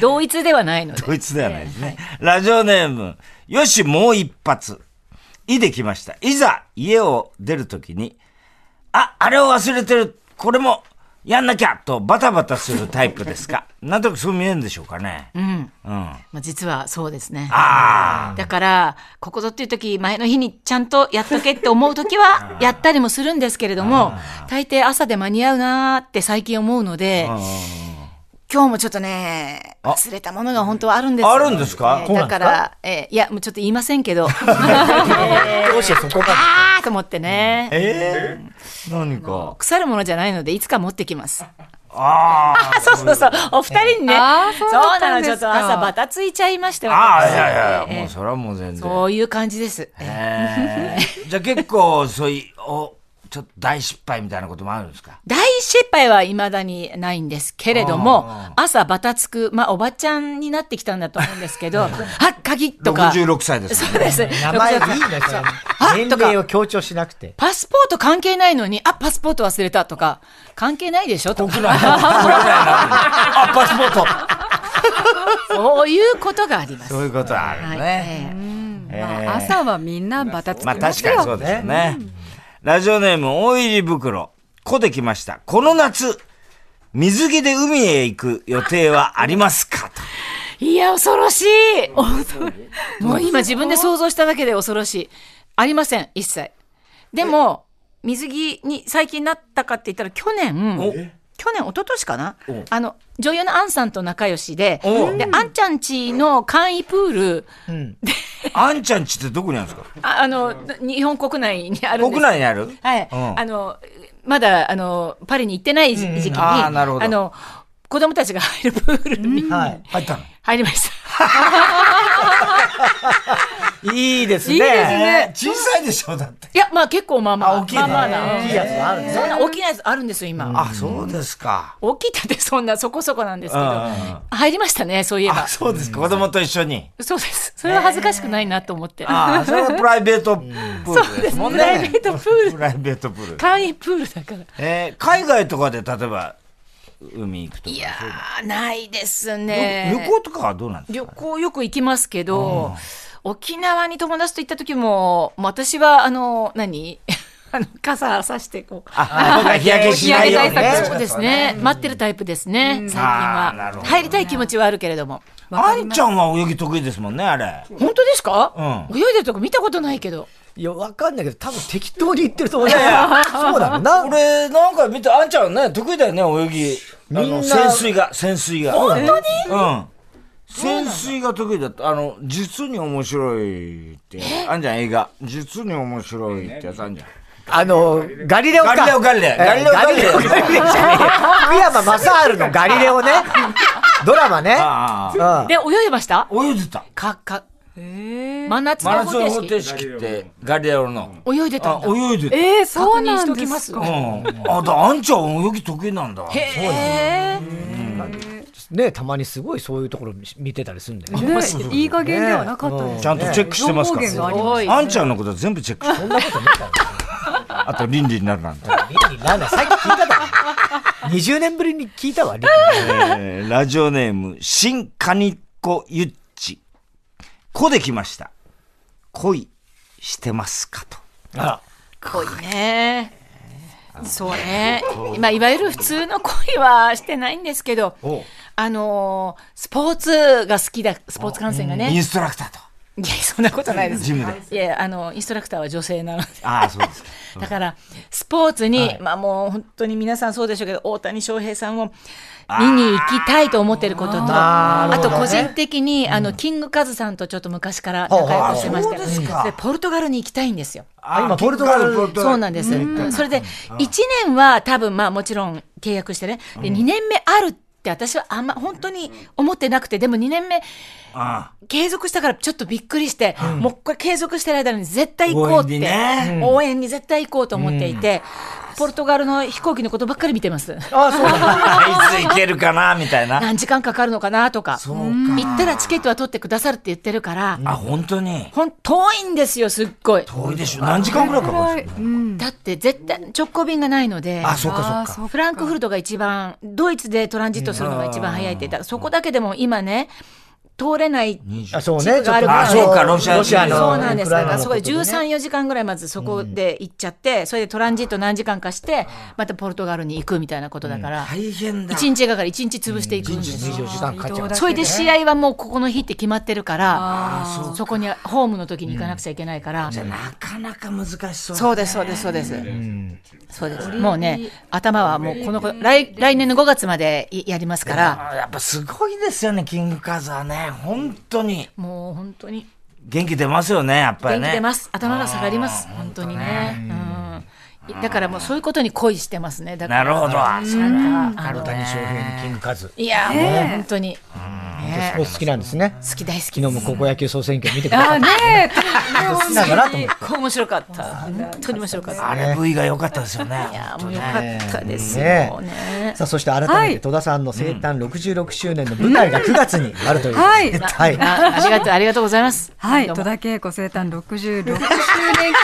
Speaker 3: 同一ではない
Speaker 2: (laughs)
Speaker 3: ので。
Speaker 2: こいつではないですね。ラジオネーム、よし、もう一発。いできました。いざ、家を出るときに、あ、あれを忘れてる。これも、やんなきゃとバタバタするタイプですかなんとなくそう見えるんでしょうかね。
Speaker 3: うん。
Speaker 2: うん。
Speaker 3: まあ実はそうですね。
Speaker 2: あ
Speaker 3: だから、ここぞっていう時、前の日にちゃんとやっとけって思う時は、やったりもするんですけれども、大抵朝で間に合うなーって最近思うので、今日もちょっとね、忘れたものが本当はあるんですよ
Speaker 2: あるんですか
Speaker 3: えーだから、えーいや、もうちょっと言いませんけど、
Speaker 1: どうしてそこが
Speaker 3: (laughs) あーと思ってね、
Speaker 2: ええ何か。
Speaker 3: 腐るものじゃないので、いつか持ってきます。
Speaker 2: ああ。
Speaker 3: あ、そうそうそう、お二人にね、
Speaker 4: あー
Speaker 3: そ
Speaker 4: そううだった
Speaker 3: なんの、ちょ
Speaker 4: で
Speaker 3: っ
Speaker 4: す
Speaker 3: と
Speaker 4: か
Speaker 3: 朝バタついちゃいました
Speaker 2: ああ、いやいやいや、
Speaker 3: え
Speaker 2: もう
Speaker 3: ー
Speaker 2: それはもう全然。
Speaker 3: そういう感じです。えー
Speaker 2: えーじゃあ結構、そういう、お、ちょっと大失敗みたいなこともあるんですか
Speaker 3: 大失敗は未だにないんですけれども、朝バタつく、まあ、おばちゃんになってきたんだと思うんですけど、 (laughs) あ、鍵とか。
Speaker 2: 66歳です
Speaker 3: そうです。
Speaker 1: 名前いい
Speaker 3: 66
Speaker 1: ねそれ年
Speaker 3: とか
Speaker 1: 齢を強調しなくて
Speaker 3: パスポート関係ないのに、あ、パスポート忘れたとか、関係ないでしょとか、
Speaker 2: あ、パスポート。
Speaker 3: (laughs) そういうことがあります。
Speaker 2: そういうことはある
Speaker 3: はい
Speaker 2: ね。
Speaker 3: ええ
Speaker 4: まあ朝はみんなバタつき
Speaker 2: まあ
Speaker 4: ま
Speaker 2: 確
Speaker 4: す
Speaker 2: か
Speaker 4: よ
Speaker 2: にそうですよね。ラジオネーム、大入り袋。こできました。この夏、水着で海へ行く予定はありますかと。
Speaker 3: いや、恐ろしい恐ろ (laughs) もう今自分で想像しただけで恐ろしい。ありません、一切。でも、水着に最近なったかって言ったら、去
Speaker 2: お
Speaker 3: 年、去年、一昨年かなあの、女優のアンさんと仲良しで、
Speaker 2: お
Speaker 3: で、アンちゃんちの簡易プール、
Speaker 2: あんちゃんちってどこにあるんですか
Speaker 3: ああの、日本国内にあるんです
Speaker 2: 国内にある
Speaker 3: はい、
Speaker 2: うん
Speaker 3: あのまだあのパリに行ってない時時期に、
Speaker 2: あーなるほど
Speaker 3: あの子供たちが入るプールに
Speaker 1: はい
Speaker 2: 入ったの
Speaker 3: 入りました。
Speaker 1: いいですね。
Speaker 3: いいですね。
Speaker 2: 小さいでしょ、だって。
Speaker 3: いや、まあ結構まあま
Speaker 2: あ
Speaker 3: あ、
Speaker 2: 大きいね
Speaker 3: まあまあな。
Speaker 1: いいやつもあるね。
Speaker 3: そんな大きなやつあるんですよ、今。
Speaker 2: あ、そうですか。
Speaker 3: 大きいってそんなそこそこなんですけど
Speaker 2: うんうんうん、
Speaker 3: 入りましたね、そういえば
Speaker 2: あ、。そうですか。子供と一緒に。
Speaker 3: そうです。それは恥ずかしくないなと思って。
Speaker 2: ああ、それはプライベートプールですもん
Speaker 3: プライ
Speaker 2: ね
Speaker 3: ベ。ートプー
Speaker 2: プ
Speaker 3: ル。
Speaker 2: ライベートプール。
Speaker 3: 簡易プールだから。
Speaker 2: えー海外とかで例えば、海行くとか。
Speaker 3: いやー、ないですね。
Speaker 2: 旅行とかはどうなんです
Speaker 3: 旅行よく行きますけど、沖縄に友達と行った時も、もう私は、あの、何 (laughs) あの、傘さしてこう。
Speaker 2: かあ、僕は日焼けしないように
Speaker 1: 日焼け対
Speaker 2: ね。
Speaker 1: 策
Speaker 3: そうですね。待ってるタイプですね、最近
Speaker 2: あーなるほ
Speaker 3: は。
Speaker 2: ど
Speaker 3: 入りたい気持ちはあるけれども。
Speaker 2: あんちゃんは泳ぎ得意ですもんね、あれ。
Speaker 3: 本当ですか、
Speaker 2: う
Speaker 3: 泳いでるとこ見たことないけど。
Speaker 1: いや、わかんないけど、多分適当に言ってると思う。そうだな。
Speaker 2: 俺、なんか見て、あんちゃんね、得意だよね、泳ぎ。あ
Speaker 1: みん
Speaker 2: の、
Speaker 1: な
Speaker 2: 潜水が、潜水が。本当にうん。潜水が得意だった。あの、実に面白いって、あんじゃん、映画。実に面白いってやつあんじゃん。
Speaker 1: あの、ガリレオか。
Speaker 2: ガリレオガリレオ
Speaker 1: えー
Speaker 2: ガリレオガリレオ
Speaker 1: ガリレオガリレオじゃねえよ福山雅治のガリレオね。ドラマね。
Speaker 2: ああ
Speaker 1: うん
Speaker 3: で、泳いでました
Speaker 2: ああ、泳いでた。
Speaker 3: か、か、真夏
Speaker 2: マ
Speaker 3: の
Speaker 2: ラ
Speaker 3: 方
Speaker 2: ソン方
Speaker 3: 程
Speaker 2: 程
Speaker 3: 式。
Speaker 2: 式って、ガリレオの。
Speaker 3: 泳いでた
Speaker 2: あ
Speaker 3: ん、だ。
Speaker 2: 泳いでた。
Speaker 4: えー、そうな
Speaker 3: 確認し
Speaker 4: ん
Speaker 3: と
Speaker 4: で
Speaker 3: きますす
Speaker 4: か。
Speaker 2: うん。あ、だ、あんちゃん泳ぎ得意なんだ。
Speaker 3: へー
Speaker 1: ね、たまにすごいそういうところ見見てたりするんだよね。
Speaker 4: ね、いい加減ではなかったで
Speaker 1: ね
Speaker 4: す。
Speaker 2: ちゃんとチェックしてますか
Speaker 4: 情報
Speaker 2: ら。
Speaker 4: 源があり
Speaker 2: あんちゃんのことは全部チェックして
Speaker 1: そんなことねえだ
Speaker 2: あと倫理になるなんて。
Speaker 1: ろ。リリなんだ、さっき聞いただろ。20年ぶりに聞いたわ、リリ
Speaker 2: えーラジオネーム、新カニッコゆっち。子できました。恋してますかと。
Speaker 3: 濃いね。そうね。まあ、いわゆる普通の恋はしてないんですけど、あのースポーツが好きだ、スポーツ観戦がね。
Speaker 2: イ
Speaker 3: い
Speaker 2: ンストラクターと。
Speaker 3: や、そんなことないです。
Speaker 2: ジ
Speaker 3: い
Speaker 2: ムで。
Speaker 3: や、あの、インストラクターは女性なので。
Speaker 2: ああ、そうですか。
Speaker 3: だから、スポーツに、まあもう本当に皆さんそうでしょうけど、大谷翔平さんを見に行きたいと思ってることと、
Speaker 1: あ
Speaker 3: あ
Speaker 1: ー
Speaker 3: と
Speaker 1: なるほ
Speaker 3: 個
Speaker 1: どね
Speaker 3: 人的に、あの、キングカズさんとちょっと昔から仲良くしてまして、
Speaker 2: あーそうですか
Speaker 3: でポルトガルに行きたいんですよ。
Speaker 2: あ
Speaker 1: 今ポルトガル
Speaker 3: そうなんです。それで、1年は多分、まあもちろん契約してね、で、2年目あるって私はあんま本当に思ってなくて、でも2年目、
Speaker 2: あ
Speaker 3: 継続したからちょっとびっくりして、もうこれ継続してる間に絶対行こうっ
Speaker 2: 応援に
Speaker 3: て、
Speaker 2: ね
Speaker 3: 応援に絶対行こうと思っていて、ポルトガルの飛行機のことばっかり見てます。
Speaker 1: ああ、そうなんだ。
Speaker 2: あ。いつ行けるかな、み
Speaker 3: (laughs)
Speaker 2: たいな。
Speaker 3: 何時間かかるのかなとか、
Speaker 2: そうか
Speaker 3: 行ったらチケットは取ってくださるって言ってるから、
Speaker 2: あ、本当に。
Speaker 3: ほん遠いんですよ、すっごい。
Speaker 2: 遠いでしょ。何時間ぐらいかかるんですか
Speaker 3: だって絶対直行便がないので。
Speaker 2: あ、そうか
Speaker 4: あー
Speaker 2: そうか。
Speaker 4: そう
Speaker 3: フランクフルトが一番、ドイツでトランジットするのが一番早いって、だからそこだけでも今ね、通れない、
Speaker 1: あそうね。
Speaker 3: 地図がある
Speaker 1: ちょ
Speaker 3: あ
Speaker 1: っと
Speaker 3: そうかロ
Speaker 2: シア
Speaker 1: ロシアの。
Speaker 3: そうなんで
Speaker 1: ウ
Speaker 3: す。
Speaker 1: クラ
Speaker 3: だか
Speaker 1: イナ
Speaker 3: ら
Speaker 1: の
Speaker 3: そこで
Speaker 1: ことね
Speaker 3: 13、4時間ぐらいまずそこで行っちゃって、それでトランジット何時間かして、またポルトガルに行くみたいなことだから、
Speaker 2: 大変だ。
Speaker 3: 1日がかり1日潰していくんですよ。
Speaker 1: 24時間かかっちゃう。
Speaker 3: それで試合はもうここの日って決まってるから、
Speaker 4: あ
Speaker 3: そこにホームの時に行かなくちゃいけないから、
Speaker 2: なかなか難しそう。
Speaker 3: そうです、そうです、そうです。そうです。もうね、頭はもうこの子、来、来年の5月までいやりますから、
Speaker 2: あやっぱすごいですよね、キングカズはね。本当に。
Speaker 3: もう本当に
Speaker 2: 元気出ますよね、やっぱり
Speaker 3: 元
Speaker 2: ね。
Speaker 3: 気出ます。頭が下がります。本当にね。うん。だからもうそういうことに恋してますね。だか
Speaker 2: な
Speaker 3: ら
Speaker 2: るほど。
Speaker 3: なんか、あの
Speaker 1: 大谷翔平にキングカズ。
Speaker 3: いや、もう本当に、ね
Speaker 1: お好きなんですね。
Speaker 3: 好き大好き
Speaker 1: 昨
Speaker 3: で
Speaker 1: 日も
Speaker 3: す。
Speaker 1: 高校野球総選挙見てくだ
Speaker 4: あ
Speaker 1: さ
Speaker 4: ー
Speaker 1: っ
Speaker 4: ね
Speaker 1: た。好きなんだなと思って。
Speaker 3: こう面白かった。本当に面白かった。
Speaker 2: あれ V が良かったですよね。
Speaker 3: いや、もう良かったですよね。
Speaker 1: さあそして改
Speaker 4: は
Speaker 1: めて
Speaker 4: い
Speaker 1: 戸田さんの生誕66周年の舞台が9月にあるということ
Speaker 4: はい
Speaker 1: で、はい
Speaker 3: あありがとう、ありがとうございます。
Speaker 4: はい、
Speaker 3: どう
Speaker 4: 戸
Speaker 3: も
Speaker 4: 田恵子生誕66周年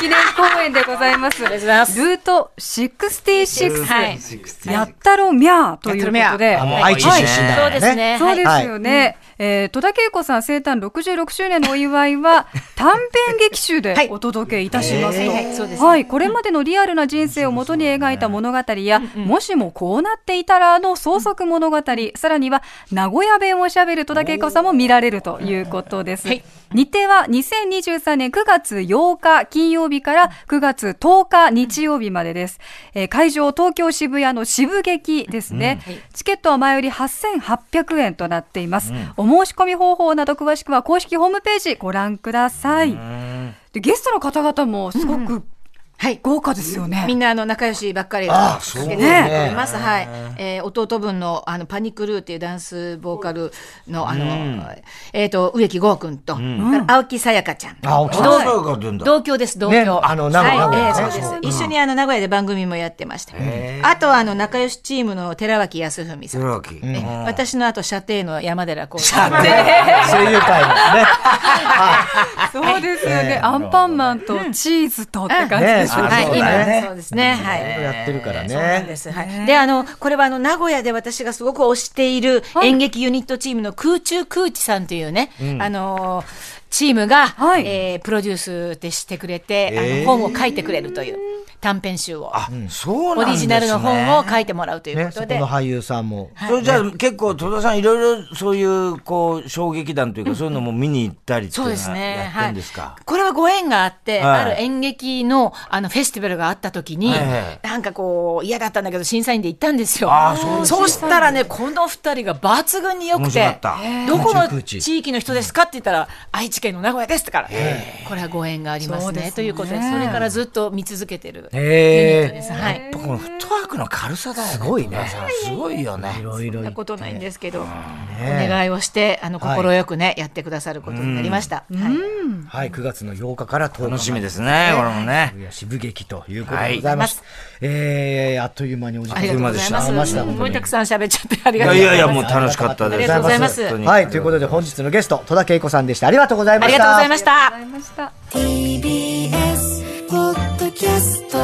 Speaker 4: 記念公演でございます。 (laughs) ル
Speaker 3: りがとうございます
Speaker 4: ート66、
Speaker 3: はい。
Speaker 4: やったろみゃーという
Speaker 3: や
Speaker 4: こ
Speaker 3: ったろみ
Speaker 4: とで、
Speaker 1: あもう愛知出身だか
Speaker 3: そう
Speaker 1: ら
Speaker 3: です
Speaker 1: ね。
Speaker 3: ね。
Speaker 4: そうです
Speaker 1: はい
Speaker 4: よね。えー戸田恵子さん生誕66周年のお祝いは短編劇集で
Speaker 3: はい
Speaker 4: お届けいたしますと。
Speaker 3: はいはいそうですね
Speaker 4: はい、これまでのリアルな人生をもとに描いた物語や、もしもこうなっていたらの創作物語、さらには名古屋弁をしゃべる戸田恵子さんも見られるということです。
Speaker 3: はい
Speaker 4: 日程は2023年9月8日金曜日から9月10日日曜日までです。えー会場東京渋谷の渋劇ですね。チケットは前より8800円となっています、お申し込み方法など詳しくは公式ホームページご覧ください。でゲストの方々もすごく
Speaker 3: はい
Speaker 4: 豪華ですよね。
Speaker 3: (laughs) みんなあの仲良しばっかりが
Speaker 1: あ
Speaker 3: か
Speaker 1: そう
Speaker 3: けて
Speaker 1: ね
Speaker 3: います。はい。えー弟分のあのパニックルーっていうダンスボーカルのあの、えっ、と植木剛君と、青木さやかちゃん。
Speaker 1: 青木さ
Speaker 2: やか青木さやかって言うんだ
Speaker 3: 同郷です同
Speaker 1: ね
Speaker 3: 郷。
Speaker 1: あの名古屋
Speaker 3: はい、えー
Speaker 1: 名古
Speaker 3: そ
Speaker 1: 屋
Speaker 3: うです
Speaker 1: そう。
Speaker 3: 一緒にあの名古屋で番組もやってました。あとはあの仲良しチームの寺脇康文さん。
Speaker 2: 寺脇。
Speaker 3: えー私の後射程の山寺浩
Speaker 2: だって
Speaker 1: 声優界のね。
Speaker 4: そうですよね。アンパンマンとチーズとって感じ
Speaker 1: ね
Speaker 4: でし
Speaker 1: そ
Speaker 4: ょ
Speaker 1: う
Speaker 4: う
Speaker 1: だ
Speaker 3: はい、
Speaker 1: よ
Speaker 3: 今、
Speaker 1: ね。
Speaker 3: そうですね。はい。
Speaker 1: やってるから
Speaker 3: そうなん
Speaker 1: ね
Speaker 3: で。す。はい。で、あの、これはあの、名古屋で私がすごく推している演劇ユニットチームの空中空知さんというね、あのー、チームが、
Speaker 4: はい
Speaker 3: えープロデュースでしてくれて、あの、本を書いてくれるという短編集を、
Speaker 2: あ、そう
Speaker 3: オ
Speaker 2: なんですね。
Speaker 3: リジナルの本を書いてもらうという
Speaker 1: ね、
Speaker 3: こ
Speaker 1: そ
Speaker 3: と
Speaker 1: こ
Speaker 3: で。
Speaker 1: の俳優さんも。
Speaker 2: それじゃあ結構戸田さんいろいろそういうこう衝撃弾というかそういうのも見に行ったりっていう
Speaker 3: そう
Speaker 2: の
Speaker 3: です
Speaker 2: は
Speaker 3: ね。
Speaker 2: やってんですか
Speaker 3: はい。これはご縁があって、
Speaker 2: はい
Speaker 3: ある演劇の、あの、フェスティバルがあった時に、
Speaker 2: はいは
Speaker 3: なんかこう、嫌だったんだけど、審査員で行ったんですよ。
Speaker 2: あーそうです
Speaker 3: そうしたらね、この二人が抜群に良
Speaker 2: 面
Speaker 3: く
Speaker 2: 白か
Speaker 3: て
Speaker 2: っ、た。
Speaker 3: どこの
Speaker 1: 空中空地
Speaker 3: 地域の人ですかって言ったら、愛知県の名古屋ですってから、これはご縁がありま
Speaker 4: そ
Speaker 3: す
Speaker 4: うです
Speaker 3: ね。
Speaker 4: ね
Speaker 3: ということで、それからずっと見続けてる。
Speaker 1: へえ。
Speaker 3: ですすはい。
Speaker 2: このフットワークの軽さだよね。す
Speaker 1: ごいね。
Speaker 2: すごいよね
Speaker 1: い。ろいろ
Speaker 3: そん
Speaker 1: 言
Speaker 3: な
Speaker 1: って。
Speaker 3: ことないんですけど、お願いをして、あの、快くね、やってくださることになりました。はい
Speaker 1: はい、9月の8日から10日まで。
Speaker 2: 楽しみですね、これもね。
Speaker 1: 渋劇ということでございます。えー、あっという間にお時
Speaker 3: あ
Speaker 1: 間
Speaker 3: りがとうございま
Speaker 1: あっという間でし
Speaker 3: す。
Speaker 1: た
Speaker 3: す
Speaker 1: 本当
Speaker 3: ごい
Speaker 1: に
Speaker 3: たくさん喋っちゃってあり
Speaker 2: い
Speaker 3: がと
Speaker 2: や
Speaker 3: う
Speaker 2: い
Speaker 3: ござい
Speaker 2: や
Speaker 3: ます。
Speaker 2: いや、もう楽しかったです。
Speaker 3: ありがとうございます
Speaker 2: 本当に
Speaker 1: はい、ということで本日のゲスト、戸田恵子さんでした。ありがとうございま
Speaker 3: あり
Speaker 1: し
Speaker 3: が
Speaker 1: た。
Speaker 3: とうございました。
Speaker 4: ありがとうございました。
Speaker 5: TBS ポッドキャスト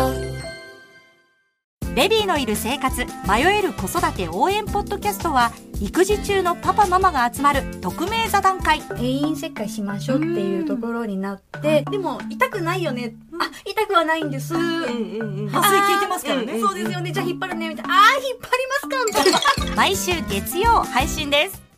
Speaker 6: ベビーのいる生活迷える子育て応援ポッドキャストは育児中のパパママが集まる匿名座談会
Speaker 7: 定員切開しましょうっていうところになって、でも痛くないよね、あ痛くはないんです、麻酔効いてますからね、そうですよねじゃあ引っ張るねみたいなあー引っ張りますかみたいな
Speaker 6: 毎週月曜配信です